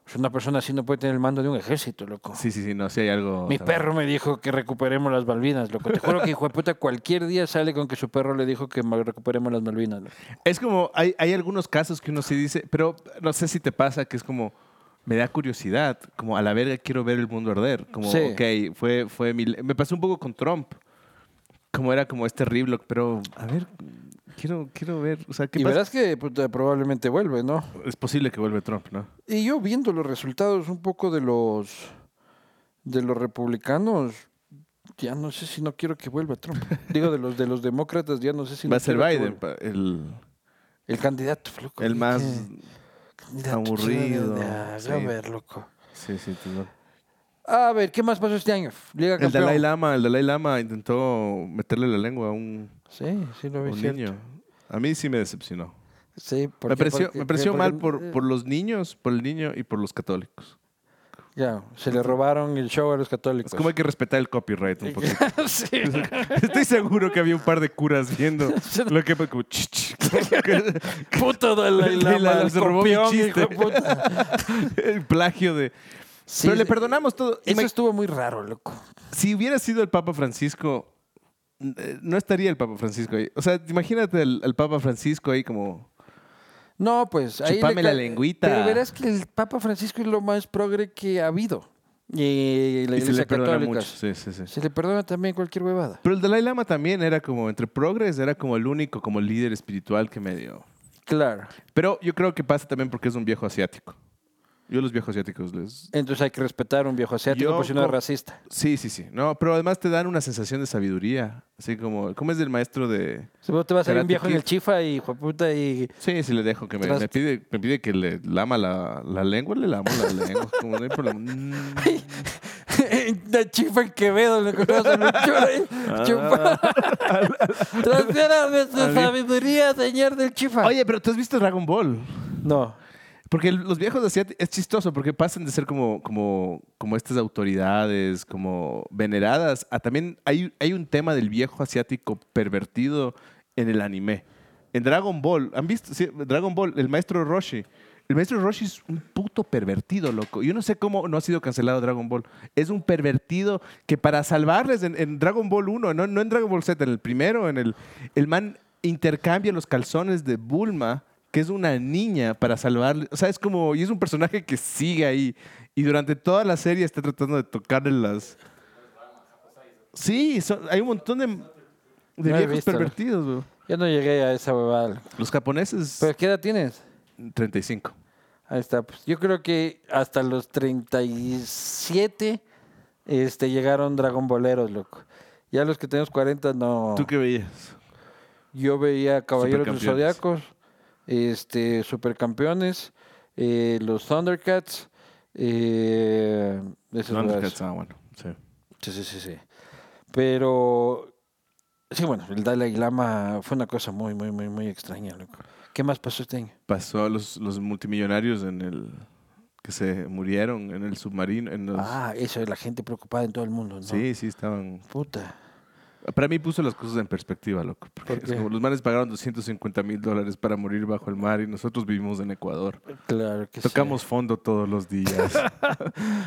A: O sea, Una persona así no puede tener el mando de un ejército, loco.
B: Sí, sí, sí. No, sí hay algo.
A: Mi perro me dijo que recuperemos las Malvinas, loco. Te juro que hijo de puta cualquier día sale con que su perro le dijo que mal- recuperemos las Malvinas. loco.
B: Es como, hay, hay algunos casos que uno sí dice, pero no sé si te pasa que es como, me da curiosidad. Como a la verga quiero ver el mundo arder. Como,
A: Sí.
B: ok, fue, fue mi... Me pasó un poco con Trump. Como era como este terrible, pero a ver, quiero, quiero ver. O sea, ¿qué
A: y
B: pasa?
A: verás que puta, probablemente vuelve, ¿no?
B: Es posible que vuelva Trump, ¿no?
A: Y yo viendo los resultados un poco de los de los republicanos, ya no sé si no quiero que vuelva Trump. Digo de los de los demócratas, ya no sé si
B: Va
A: no
B: a ser
A: quiero que
B: Biden,
A: vuelva.
B: pa- el,
A: El candidato, loco.
B: el
A: ¿qué-
B: más.
A: qué candidato
B: aburrido,
A: quiere? Ah,
B: sí.
A: A ver, loco.
B: Sí, sí, tú no.
A: A ver, ¿qué más pasó este año? Liga
B: El
A: Ah, Campeón.
B: Dalai Lama, el Dalai Lama intentó meterle la lengua a un,
A: Sí, sí lo
B: a
A: vi.
B: un
A: cierto.
B: niño. A mí sí me decepcionó.
A: Sí, ¿por
B: Me
A: qué?
B: pareció,
A: Porque-
B: me pareció
A: porque-
B: mal por,
A: eh.
B: por los niños, por el niño y por los católicos.
A: Ya, se le robaron el show a los católicos.
B: Es como hay que respetar el copyright un poquito.
A: Pues sí.
B: Estoy seguro que había un par de curas viendo lo que como, ch, ch, que-
A: Puto Dalai
B: Dalai
A: Lama,
B: Lama
A: el
B: se robó mi
A: copión,
B: chiste.
A: hijo de puta.
B: el plagio de.
A: Sí,
B: Pero le
A: sí.
B: perdonamos todo.
A: Eso
B: Ima-
A: estuvo muy raro, loco.
B: si hubiera sido el Papa Francisco, n- eh, no estaría el Papa Francisco ahí. O sea, imagínate al al Papa Francisco ahí como.
A: No, pues ahí. le
B: Chupame la
A: ca-
B: lengüita.
A: Pero verás que el Papa Francisco es lo más progre que ha habido. Y la
B: y se
A: Iglesia
B: le perdona
A: Católica.
B: mucho. Sí, sí, sí.
A: Se le perdona también cualquier huevada.
B: Pero el Dalai Lama también era como entre progres, era como el único como líder espiritual que me dio.
A: Claro.
B: Pero yo creo que pasa también porque es un viejo asiático. Yo a los viejos asiáticos les...
A: Entonces hay que respetar a un viejo asiático
B: Yo
A: por si no es
B: co-
A: racista.
B: Sí, sí, sí. No, pero además te dan una sensación de sabiduría. Así como, ¿cómo es del maestro de...?
A: Si vos te vas a ver un
B: Karate
A: viejo en
B: Kid.
A: el chifa y jueputa y.
B: Sí, sí le dejo que me,
A: Tras-
B: me pide, me pide que le lama la, la lengua, le lamo la lengua. Como no hay problema. Mm.
A: La chifa en Quevedo, le conocen un chura ahí,
B: Ah.
A: chupa. Transfiérame su sabiduría, señor del chifa.
B: Oye, pero ¿tú has visto Dragon Ball?
A: No.
B: Porque el- los viejos asiáticos es chistoso porque pasan de ser como, como, como estas autoridades, como veneradas, a también hay, hay un tema del viejo asiático pervertido en el anime. En Dragon Ball, ¿han visto? Sí, Dragon Ball, el maestro Roshi. El maestro Roshi es un puto pervertido, loco. Yo no sé cómo no ha sido cancelado Dragon Ball. Es un pervertido que para salvarles en, en Dragon Ball 1, no, no en Dragon Ball Z, en el primero, en el, el man intercambia los calzones de Bulma que es una niña para salvarle. O sea, es como. Y es un personaje que sigue ahí. Y durante toda la serie está tratando de tocarle las. Sí, son- hay un montón de, de
A: he
B: viejos
A: visto.
B: pervertidos, bro.
A: Yo no llegué a esa huevada.
B: Los japoneses,
A: ¿Pero qué edad tienes?
B: 35.
A: Ahí está. Pues yo creo que hasta los 37 este, llegaron Dragon Boleros, loco. Ya los que tenemos 40, no.
B: ¿Tú qué veías?
A: Yo veía Caballeros del
B: Supercampeones.
A: Zodiacos, este, Supercampeones, eh, los Thundercats. Eh, esos lugares.
B: Thundercats, ah, bueno. Sí.
A: Sí, sí, sí, sí. Pero. Sí, bueno, el Dalai Lama fue una cosa muy, muy, muy, muy extraña, loco. ¿Qué más pasó este año?
B: Pasó a los, los multimillonarios en el. que se murieron en el submarino. En los,
A: Ah, eso es la gente preocupada en todo el mundo, ¿no?
B: Sí, sí, estaban.
A: Puta.
B: Para mí puso las cosas en perspectiva, loco. Porque
A: ¿Por
B: es
A: qué?
B: como los manes pagaron 250 mil dólares para morir bajo el mar y nosotros vivimos en Ecuador.
A: Claro que sí.
B: Tocamos fondo todos los días.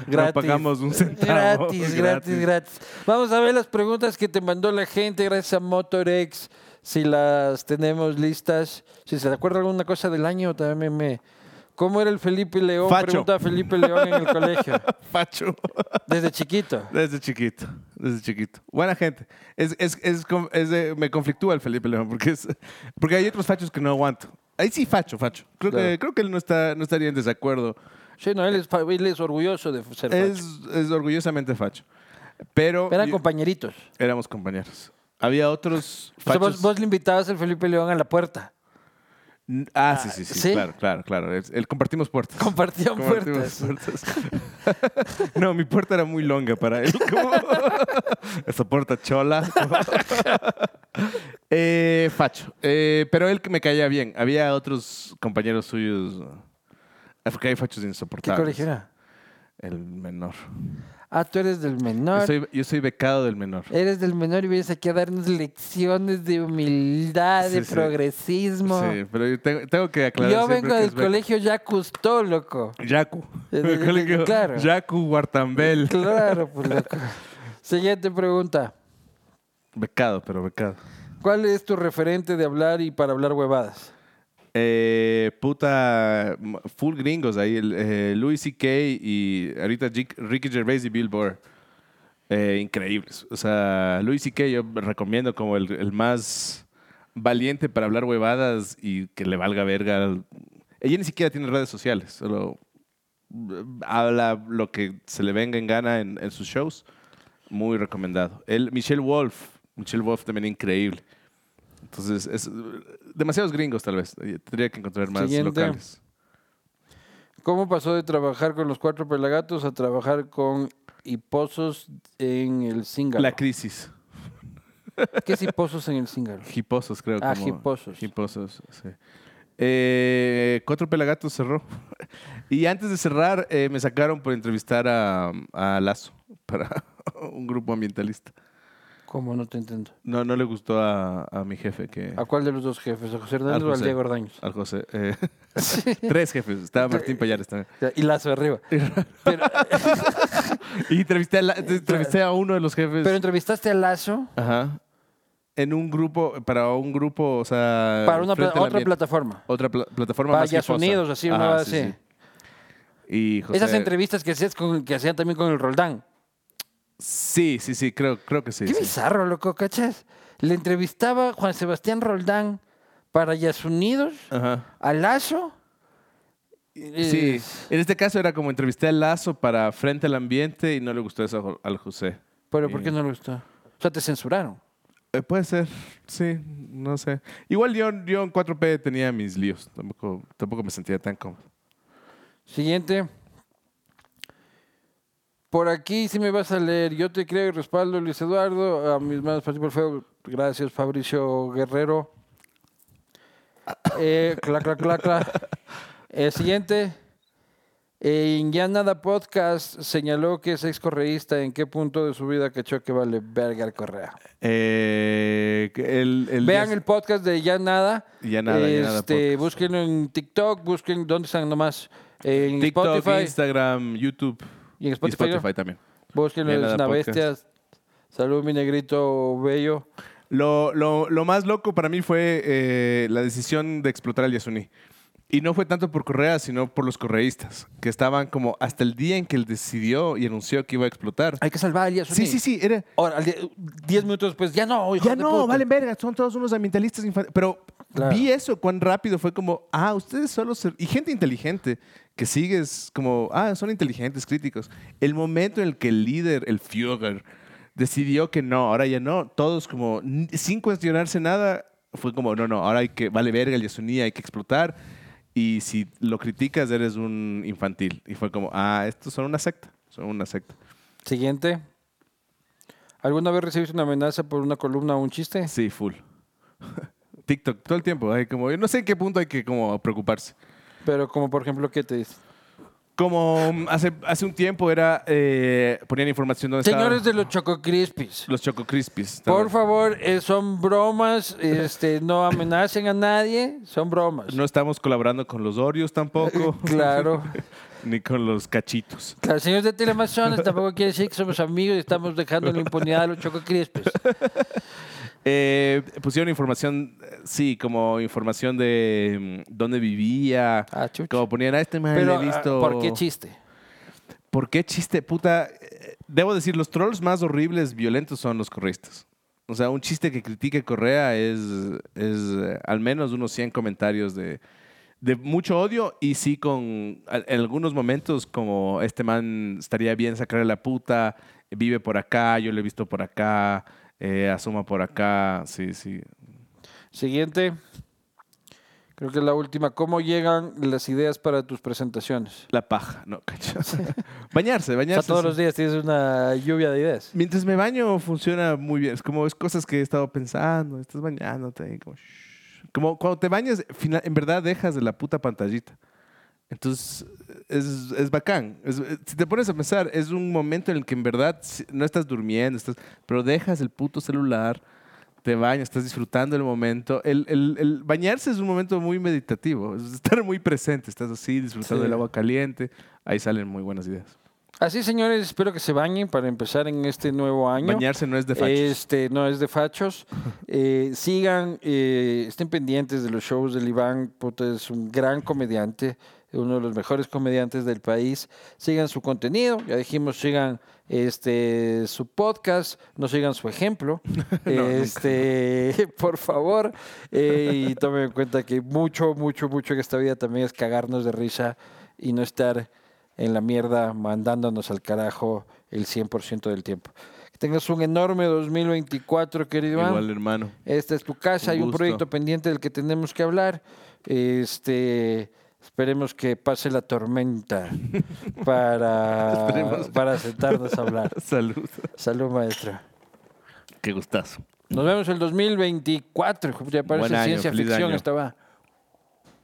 A: Gratis.
B: No pagamos un centavo.
A: Gratis, gratis, gratis. Vamos a ver las preguntas que te mandó la gente gracias a Motorex. Si las tenemos listas. Si se recuerda alguna cosa del año, también me. ¿Cómo era el Felipe León?
B: Facho.
A: Pregunta a Felipe León en el colegio.
B: Facho.
A: Desde chiquito.
B: Desde chiquito, desde chiquito. Buena gente. Es, es, es, con- es de- me conflictúa el Felipe León porque, es, porque hay otros fachos que no aguanto. Ahí sí, facho, facho. Creo,
A: Claro.
B: que, creo que él no, está, no estaría en desacuerdo.
A: Sí, no, él es, fa- él es orgulloso de ser
B: Es,
A: facho.
B: es orgullosamente facho. Pero
A: Eran
B: yo-
A: compañeritos.
B: éramos compañeros. Había otros
A: O sea,
B: fachos.
A: vos, vos le invitabas al Felipe León a la puerta.
B: N- Ah, sí, sí, sí,
A: ¿sí?
B: Claro, claro, claro. Es- El, compartimos puertas.
A: Compartían
B: Compartimos
A: puertas.
B: puertas. no, mi puerta era muy longa para él. Como- Esa puerta chola. Eh, facho. Eh, pero él que me caía bien. Había otros compañeros suyos. Ah, Porque hay fachos
A: ¿Qué
B: insoportables.
A: colegio era?
B: El menor.
A: Ah, tú eres del menor.
B: Yo soy, yo soy becado del menor.
A: Eres del menor y vienes aquí a darnos lecciones de humildad, de
B: Sí, sí.
A: progresismo.
B: Sí, pero yo tengo, tengo que aclarar.
A: Yo
B: siempre
A: vengo
B: que
A: del
B: es beca-
A: colegio ya custó, loco.
B: Yacu.
A: Eh, eh,
B: El colegio
A: claro.
B: Yacu Guartambel.
A: Claro, pues loco. Siguiente pregunta.
B: Becado, pero becado.
A: ¿Cuál es tu referente de hablar y para hablar huevadas?
B: Eh, puta, m- full gringos ahí. El, eh, Louis C.K. y ahorita Jic- Ricky Gervais y Bill Burr. Eh, increíbles. O sea, Louis C.K. yo recomiendo como el, el más valiente para hablar huevadas y que le valga verga. Ella ni siquiera tiene redes sociales, solo eh, habla lo que se le venga en gana en, en sus shows. Muy recomendado. El Michelle Wolf. Michelle Wolf también increíble. Entonces, es, eh, demasiados gringos tal vez. Eh, Tendría que encontrar más
A: Siguiente.
B: locales.
A: ¿Cómo pasó de trabajar con los cuatro pelagatos a trabajar con hiposos en el Zíngaro?
B: La crisis.
A: ¿Qué es hiposos en el Zíngaro?
B: Hiposos, creo.
A: Ah,
B: como-
A: hiposos.
B: Hiposos, sí. Eh, Cuatro Pelagatos cerró. Y antes de cerrar, eh, me sacaron por entrevistar a, a Lazo para un grupo ambientalista.
A: ¿Cómo no te entiendo?
B: No, no le gustó a, a mi jefe que...
A: ¿A cuál de los dos jefes? ¿A José Hernández
B: Al
A: o al
B: José.
A: Diego Ordaños?
B: Al José. eh, tres jefes. Estaba Martín Payares también.
A: Ya, Y Lazo arriba. Pero,
B: Y entrevisté a, la- entrevisté a uno de los jefes.
A: eh, pero entrevistaste a Lazo
B: Ajá. En un grupo, para un grupo, o sea...
A: para una pla-
B: frente al
A: otra
B: ambiente.
A: plataforma.
B: Otra pla- plataforma
A: Para
B: más
A: Jazz
B: hiposa.
A: Unidos, así, una
B: Ajá,
A: vez
B: sí,
A: así.
B: sí. Y José-
A: Esas entrevistas que hacías con- que hacían también con el Roldán.
B: Sí, sí, sí, creo, creo que sí.
A: Qué
B: sí.
A: bizarro, loco, ¿cachas? Le entrevistaba Juan Sebastián Roldán para Jazz Unidos,
B: Ajá.
A: a Lazo. y-
B: Sí, en este caso era como entrevisté al Lazo para Frente al Ambiente y no le gustó eso a Jo- al José.
A: Pero ¿por qué no le gustó? O sea, te censuraron.
B: Eh, puede ser, sí, no sé. Igual yo, yo en 4P tenía mis líos, tampoco, tampoco me sentía tan cómodo.
A: Siguiente. Por aquí sí me vas a leer. Yo te creo y respaldo, Luis Eduardo. A mis manos partí por fuego. Gracias, Fabricio Guerrero. Eh, cla, cla, cla, cla. Eh, siguiente. Eh, en ya nada podcast señaló que es excorreísta. ¿En qué punto de su vida cachó que vale verga el correa?
B: Eh, que el, el
A: Vean
B: día-
A: el podcast de Ya Nada.
B: Ya Nada, Ya Nada
A: Este,
B: podcast.
A: Búsquenlo en TikTok, busquen dónde están nomás. Eh, En
B: TikTok,
A: Spotify.
B: Instagram, YouTube
A: Y en
B: y
A: Spotify.
B: Spotify también.
A: Búsquenlo,
B: Ya
A: es
B: nada,
A: una
B: podcast.
A: bestia. Salud, mi negrito bello.
B: Lo, lo- lo más loco para mí fue eh, la decisión de explotar al Yasuní. Y no fue tanto por Correa, sino por los correístas, que estaban como hasta el día en que él decidió y anunció que iba a explotar.
A: Hay que salvar al Yasuni.
B: Sí, sí, sí, era...
A: Ahora, al die- diez minutos después, ya no, hijo
B: Ya
A: de
B: no,
A: puta.
B: valen verga, son todos unos ambientalistas infantiles. Pero
A: Claro.
B: vi eso, cuán rápido fue como, ah, ustedes solo... se- Y gente inteligente, que sigues como, ah, son inteligentes, críticos. El momento en el que el líder, el Führer, decidió que no, ahora ya no, todos como, n- sin cuestionarse nada, fue como, no, no, ahora hay que, vale verga el Yasuní, hay que explotar. Y si lo criticas, eres un infantil. Y fue como, ah, estos son una secta, son una secta.
A: Siguiente. ¿Alguna vez recibiste una amenaza por una columna o un chiste?
B: Sí, full. TikTok, todo el tiempo. Hay como, yo no sé en qué punto hay que como preocuparse.
A: Pero como, por ejemplo, ¿qué te dice?
B: Como mm, hace, hace un tiempo era, eh, ponían información donde
A: Señores
B: estaban
A: de los Choco Crispies,
B: los Choco Crispies.
A: por
B: Estaban-
A: favor, eh, son bromas, este, no amenacen a nadie, son bromas.
B: No estamos colaborando con los Oreos tampoco.
A: Claro.
B: Ni con los cachitos.
A: Claro, señores de Telemazones, tampoco quiere decir que somos amigos y estamos dejando en la impunidad a los Choco Crispies.
B: Eh, pusieron información, eh, sí, como información de mm, dónde vivía.
A: Ah, chucha.
B: Como ponían a este man
A: Pero,
B: le he visto.
A: ah, ¿por qué chiste?
B: ¿Por qué chiste, puta? Eh, Debo decir, los trolls más horribles, violentos son los correístas. O sea, un chiste que critique Correa es, es eh, al menos unos 100 comentarios de, de mucho odio y sí con al- en algunos momentos como este man estaría bien sacarle la puta, vive por acá, yo lo he visto por acá, eh, asoma por acá, sí, sí.
A: Siguiente. Creo que es la última. ¿Cómo llegan las ideas para tus presentaciones?
B: La paja, no, cachas. bañarse,
A: O sea,
B: bañarse.
A: todos
B: sí.
A: los días tienes una lluvia de ideas.
B: Mientras me baño funciona muy bien. Es como es cosas que he estado pensando, estás bañándote y como, shh. Como cuando te bañas, fina- en verdad dejas de la puta pantallita. Entonces es, es bacán. Es- eh, si te pones a pensar, es un momento en el que en verdad si- no estás durmiendo, estás, pero dejas el puto celular, te bañas, estás disfrutando el momento. El, el- el bañarse es un momento muy meditativo, es estar muy presente, estás así disfrutando
A: Sí.
B: del agua caliente. Ahí salen muy buenas ideas.
A: Así, señores, espero que se bañen para empezar en este nuevo año.
B: Bañarse no es de fachos.
A: Este, no es de fachos. Eh, sigan, eh, estén pendientes de los shows del Iván. Puta, es un gran comediante, uno de los mejores comediantes del país. Sigan su contenido, ya dijimos, sigan este su podcast, no sigan su ejemplo. este, por favor, eh, y tomen en cuenta que mucho, mucho, mucho en esta vida también es cagarnos de risa y no estar en la mierda mandándonos al carajo el 100% del tiempo. Que tengas un enorme 2024, querido Iván.
B: Igual, hermano.
A: Esta es tu casa,
B: Un
A: hay un
B: gusto.
A: proyecto pendiente del que tenemos que hablar. Este, esperemos que pase la tormenta para,
B: Esperemos.
A: para sentarnos a hablar.
B: Salud.
A: Salud, maestra.
B: Qué gustazo.
A: Nos vemos el 2024. hijo, Ya parece
B: Buen año,
A: ciencia
B: feliz
A: ficción
B: año.
A: estaba.